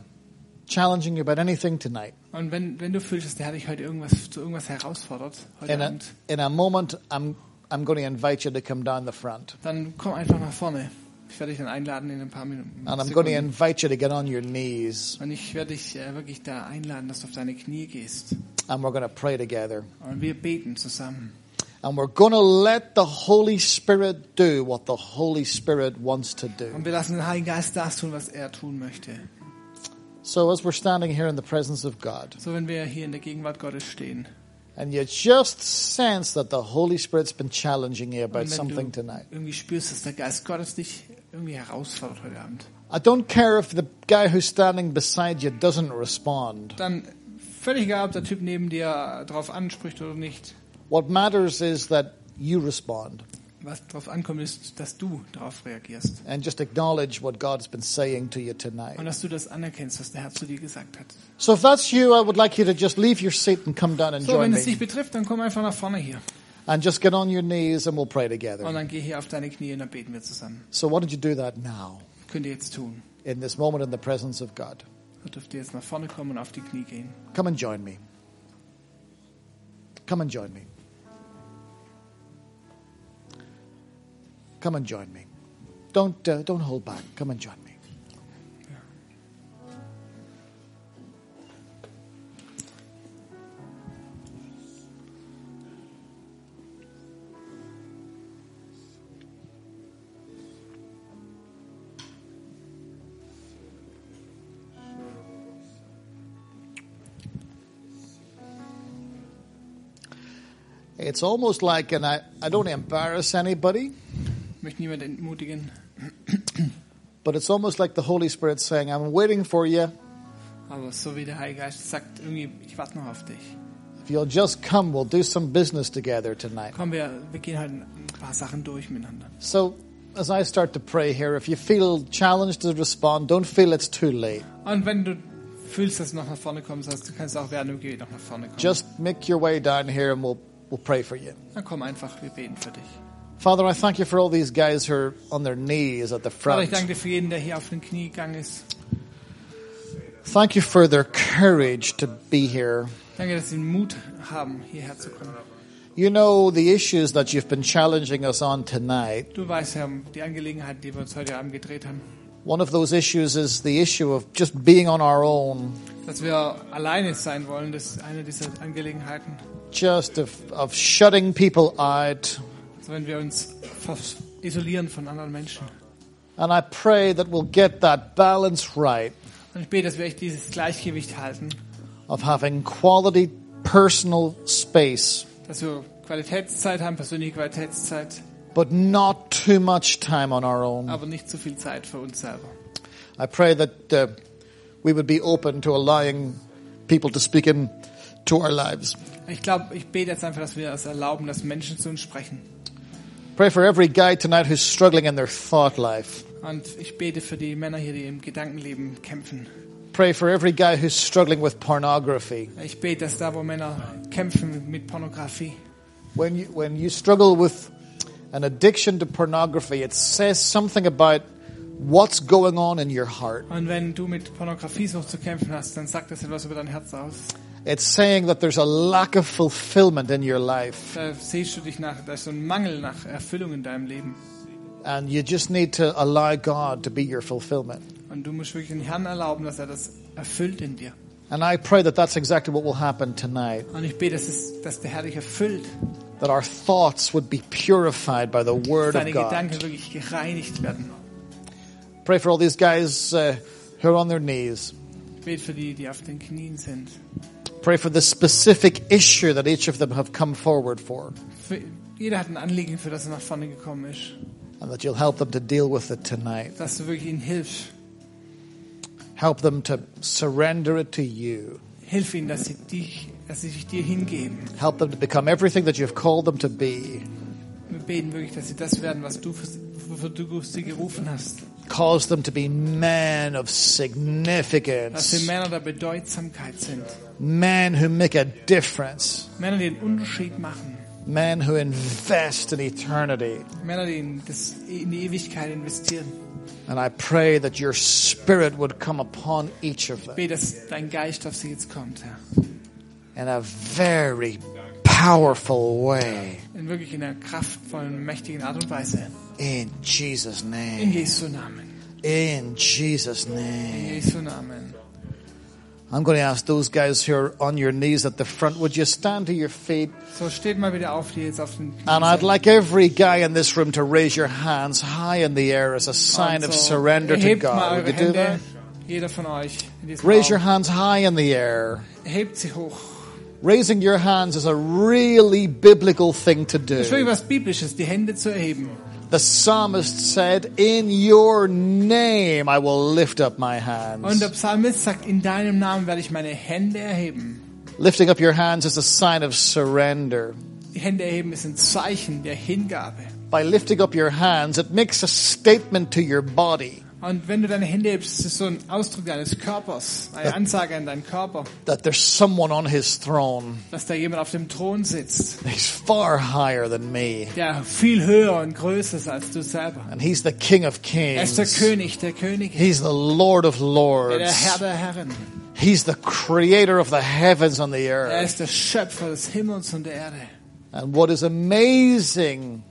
Speaker 1: challenging you about anything tonight,
Speaker 2: und wenn, wenn du fühlst, dass der hat dich heute irgendwas, zu irgendwas herausfordert, heute
Speaker 1: in a,
Speaker 2: Abend,
Speaker 1: in a moment, I'm, I'm going to invite you to come down the front.
Speaker 2: dann komm einfach nach vorne. Ich werde dich dann einladen in ein paar Minuten.
Speaker 1: And I'm going to
Speaker 2: Sekunden.
Speaker 1: invite you to get on your knees
Speaker 2: Und ich werde dich äh, wirklich da einladen, dass du auf deine Knie gehst.
Speaker 1: and we're going to pray together.
Speaker 2: Und wir beten zusammen.
Speaker 1: And we're going to let the Holy Spirit do what the Holy Spirit wants to do.
Speaker 2: Und wir lassen den Heiligen Geist das tun, was er tun möchte.
Speaker 1: So, as we're standing here in the presence of God,
Speaker 2: So, wenn wir hier in der Gegenwart Gottes stehen.
Speaker 1: and you just sense that the Holy Spirit's been challenging you about
Speaker 2: Und wenn
Speaker 1: something
Speaker 2: du
Speaker 1: tonight.
Speaker 2: irgendwie spürst, dass der Geist Gottes dich irgendwie herausfordert heute Abend,
Speaker 1: I don't care if the guy who's standing beside you doesn't respond.
Speaker 2: dann völlig egal, ob der Typ neben dir drauf anspricht oder nicht.
Speaker 1: What matters is that you respond
Speaker 2: Was drauf ankommt, ist, dass du darauf reagierst.
Speaker 1: and just acknowledge what God's been saying to you tonight.
Speaker 2: Und dass du das anerkennst, was der Herr zu dir gesagt hat.
Speaker 1: So if that's you, I would like you to just leave your seat and come down and
Speaker 2: So,
Speaker 1: join
Speaker 2: wenn es dich
Speaker 1: me.
Speaker 2: betrifft, dann komm einfach nach vorne hier.
Speaker 1: And just get on your knees and we'll pray
Speaker 2: Und
Speaker 1: together.
Speaker 2: dann geh hier auf deine Knie und dann beten wir zusammen.
Speaker 1: So why don't you do that now,
Speaker 2: Könnt ihr jetzt tun.
Speaker 1: in this moment in the presence of God?
Speaker 2: Dann dürft ihr jetzt nach vorne kommen und auf die Knie gehen.
Speaker 1: Come and join me. Come and join me. Come and join me. Don't, uh, don't hold back. Come and join me. It's almost like, and I, I don't embarrass anybody,
Speaker 2: Ich möchte niemanden entmutigen,
Speaker 1: but it's almost like the Holy Spirit saying, I'm waiting for you.
Speaker 2: aber so wie der Heilige Geist sagt, irgendwie, ich warte noch auf dich.
Speaker 1: If you'll just come, we'll do some business together tonight.
Speaker 2: Komm, wir, wir gehen halt ein paar Sachen durch miteinander.
Speaker 1: So, as I start to pray here, if you feel challenged to respond, don't feel it's too late.
Speaker 2: Und wenn du fühlst, dass du noch nach vorne kommen sollst, du kannst auch während dem Gebet noch nach vorne kommen.
Speaker 1: Just make your way down here and we'll, we'll pray for you.
Speaker 2: Dann komm einfach, wir beten für dich.
Speaker 1: Father, I thank you for all these guys who are on their knees at the
Speaker 2: Vater, ich
Speaker 1: front.
Speaker 2: danke dir für jeden, der hier auf den Knie gegangen ist.
Speaker 1: Thank you for their courage to be here.
Speaker 2: Danke, dass sie den Mut haben, hierher zu kommen.
Speaker 1: You know the issues that you've been challenging us on tonight.
Speaker 2: Du weißt ja, um die Angelegenheit, die wir uns heute Abend gedreht haben,
Speaker 1: One of those issues is the issue of just being on our own,
Speaker 2: dass wir alleine sein wollen, das ist eine dieser Angelegenheiten.
Speaker 1: just of, of shutting people out.
Speaker 2: Also wenn wir uns vers- isolieren von anderen Menschen.
Speaker 1: And I pray that we'll get that balance right
Speaker 2: Und ich bete, dass wir echt dieses Gleichgewicht halten,
Speaker 1: of having quality personal space,
Speaker 2: dass wir Qualitätszeit haben, persönliche Qualitätszeit,
Speaker 1: but not too much time on our own.
Speaker 2: aber nicht zu viel Zeit für uns selber.
Speaker 1: I pray that uh, we would be open to allowing people to speak into our lives.
Speaker 2: Ich glaube, ich bete jetzt einfach, dass wir es erlauben, dass Menschen zu uns sprechen.
Speaker 1: Pray for every guy tonight who's struggling in their thought life.
Speaker 2: Und ich bete für die Männer hier, die im Gedankenleben kämpfen.
Speaker 1: Pray for every guy who's struggling with pornography.
Speaker 2: Ich bete, dass da, wo Männer kämpfen mit Pornografie,
Speaker 1: When you, when you struggle with an addiction to pornography, it says something about what's going on in your heart.
Speaker 2: Und wenn du mit Pornografiesucht zu kämpfen hast, dann sagt das etwas über dein Herz aus.
Speaker 1: It's saying that there's a lack of fulfillment in your life,
Speaker 2: Da siehst du dich nach, da ist so ein Mangel nach Erfüllung in deinem Leben.
Speaker 1: and you just need to allow God to be your fulfillment.
Speaker 2: Und du musst wirklich den Herrn erlauben, dass er das erfüllt in dir.
Speaker 1: And I pray that that's exactly what will happen tonight.
Speaker 2: Und ich bete, dass, es, dass der Herr dich erfüllt,
Speaker 1: that our thoughts would be purified by the
Speaker 2: dass
Speaker 1: word
Speaker 2: deine
Speaker 1: of God.
Speaker 2: Gedanken wirklich gereinigt werden.
Speaker 1: Pray for all these guys uh, who are on their knees.
Speaker 2: Ich bete für die, die auf den Knien sind.
Speaker 1: Pray for the specific issue that each of them have come forward for,
Speaker 2: Für, jeder hat ein Anliegen, für das er nach vorne gekommen ist.
Speaker 1: and that you'll help them to deal with it tonight.
Speaker 2: Dass du wirklich ihnen hilfst.
Speaker 1: Help them to surrender it to you.
Speaker 2: Hilf ihnen, dass sie, dich, dass sie sich dir hingeben.
Speaker 1: Help them to become everything that you've called them to be.
Speaker 2: Wir beten wirklich, dass sie das werden, was du, für, wofür du sie gerufen hast.
Speaker 1: Cause them to be men of
Speaker 2: Dass wir
Speaker 1: significance,
Speaker 2: Männer der Bedeutsamkeit sind.
Speaker 1: men who make a difference,
Speaker 2: Männer, die den Unterschied machen.
Speaker 1: men who invest in eternity.
Speaker 2: Männer, die in, das, in die Ewigkeit investieren.
Speaker 1: And I pray that your spirit would come upon each of them
Speaker 2: Bete, dass dein Geist auf sie jetzt kommt, Herr.
Speaker 1: in a very powerful way.
Speaker 2: In wirklich in einer kraftvollen, mächtigen Art und Weise.
Speaker 1: In Jesus'
Speaker 2: In
Speaker 1: name.
Speaker 2: Jesu Namen.
Speaker 1: In Jesus'
Speaker 2: In
Speaker 1: name.
Speaker 2: Jesu Namen.
Speaker 1: I'm going to ask those guys who are on your knees at the front, would you stand to your feet?
Speaker 2: So, steht mal wieder auf, die jetzt auf den Knien
Speaker 1: And I'd
Speaker 2: sind.
Speaker 1: like every guy in this room to raise your hands high in the air as a sign of
Speaker 2: Also,
Speaker 1: surrender to
Speaker 2: hebt mal
Speaker 1: God.
Speaker 2: eure
Speaker 1: Would you do that?
Speaker 2: Hände, jeder von euch. in diesem
Speaker 1: Raise your
Speaker 2: Raum.
Speaker 1: hands high in the air.
Speaker 2: Hebt sie hoch.
Speaker 1: Raising your hands is a really biblical thing to do.
Speaker 2: Das ist wirklich was Biblisches, die Hände zu erheben.
Speaker 1: The psalmist said, In your name I will lift up my
Speaker 2: Und
Speaker 1: hands.
Speaker 2: der Psalmist sagt, in deinem Namen werde ich meine Hände erheben.
Speaker 1: Lifting up your hands is a sign of surrender.
Speaker 2: Die Hände erheben ist ein Zeichen der Hingabe.
Speaker 1: By lifting up your hands, it makes a statement to your body
Speaker 2: Und wenn du deine Hände hebst, ist es so ein Ausdruck deines Körpers, eine Ansage an deinen Körper,
Speaker 1: that there's someone on his throne.
Speaker 2: dass da jemand auf dem Thron sitzt,
Speaker 1: He's far higher than me,
Speaker 2: der viel höher und größer ist als du selber.
Speaker 1: and he's the King of
Speaker 2: Er ist der
Speaker 1: kings.
Speaker 2: König, der König,
Speaker 1: He's the Lord of
Speaker 2: der Herr
Speaker 1: lords.
Speaker 2: der Herren.
Speaker 1: He's the creator of the heavens and the
Speaker 2: Er
Speaker 1: earth.
Speaker 2: ist der Schöpfer des Himmels und der Erde.
Speaker 1: And what is amazing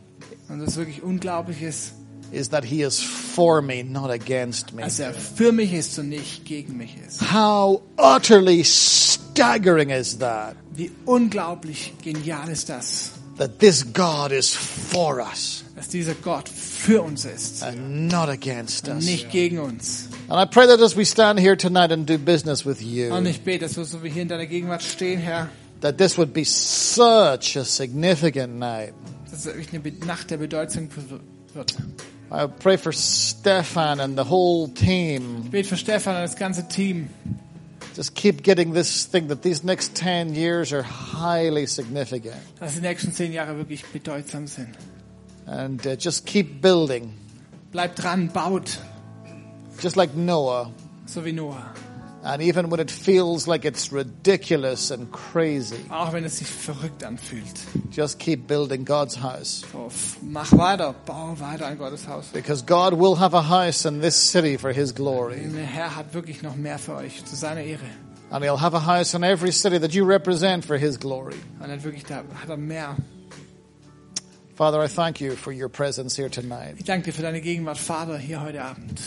Speaker 2: Und das wirklich unglaublich ist,
Speaker 1: is that he is for me, not against me.
Speaker 2: dass er für mich ist und nicht gegen mich ist.
Speaker 1: How utterly staggering is that?
Speaker 2: Wie unglaublich genial ist das,
Speaker 1: That this God is for us
Speaker 2: dass dieser Gott für uns ist,
Speaker 1: and not against us.
Speaker 2: nicht gegen uns.
Speaker 1: And I pray that as we stand here tonight and do business with you,
Speaker 2: Und ich bete, dass wir so wie hier in deiner Gegenwart stehen, Herr,
Speaker 1: that this would be such a significant night.
Speaker 2: dass es wirklich eine Be- Nacht der Bedeutung für- wird.
Speaker 1: I pray for Stefan and the whole team.
Speaker 2: Ich bete für Stefan und das ganze Team,
Speaker 1: Just keep getting this thing that these next 10 years are highly significant.
Speaker 2: dass die nächsten zehn Jahre wirklich bedeutsam sind.
Speaker 1: And uh, just keep building,
Speaker 2: Bleibt dran, baut,
Speaker 1: just like Noah.
Speaker 2: so wie Noah.
Speaker 1: And even when it feels like it's ridiculous and crazy,
Speaker 2: Auch wenn es sich verrückt anfühlt.
Speaker 1: just keep building God's house.
Speaker 2: So, Oh, f- mach weiter, bau weiter an Gottes Haus.
Speaker 1: Because God will have a house in this city for His glory.
Speaker 2: Denn der Herr hat wirklich noch mehr für euch, zu seiner Ehre.
Speaker 1: And He'll have a house in every city that you represent for His glory.
Speaker 2: Und dann wirklich, da hat er mehr.
Speaker 1: Father, I thank you for your presence here tonight.
Speaker 2: Ich danke dir für deine Gegenwart, Vater, hier heute Abend.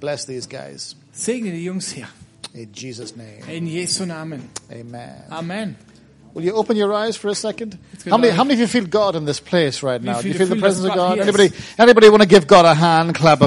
Speaker 1: Bless these guys.
Speaker 2: Segne die Jungs hier.
Speaker 1: In Jesus' name.
Speaker 2: In Jesu Namen.
Speaker 1: Amen.
Speaker 2: Amen.
Speaker 1: Will you open your eyes for a second?
Speaker 2: good,
Speaker 1: How many,
Speaker 2: Lord.
Speaker 1: how many of you feel God in this place right now?
Speaker 2: feel
Speaker 1: Do you
Speaker 2: the
Speaker 1: feel the
Speaker 2: feel of
Speaker 1: presence of God?
Speaker 2: God here.
Speaker 1: Anybody, anybody want to give God a hand clap of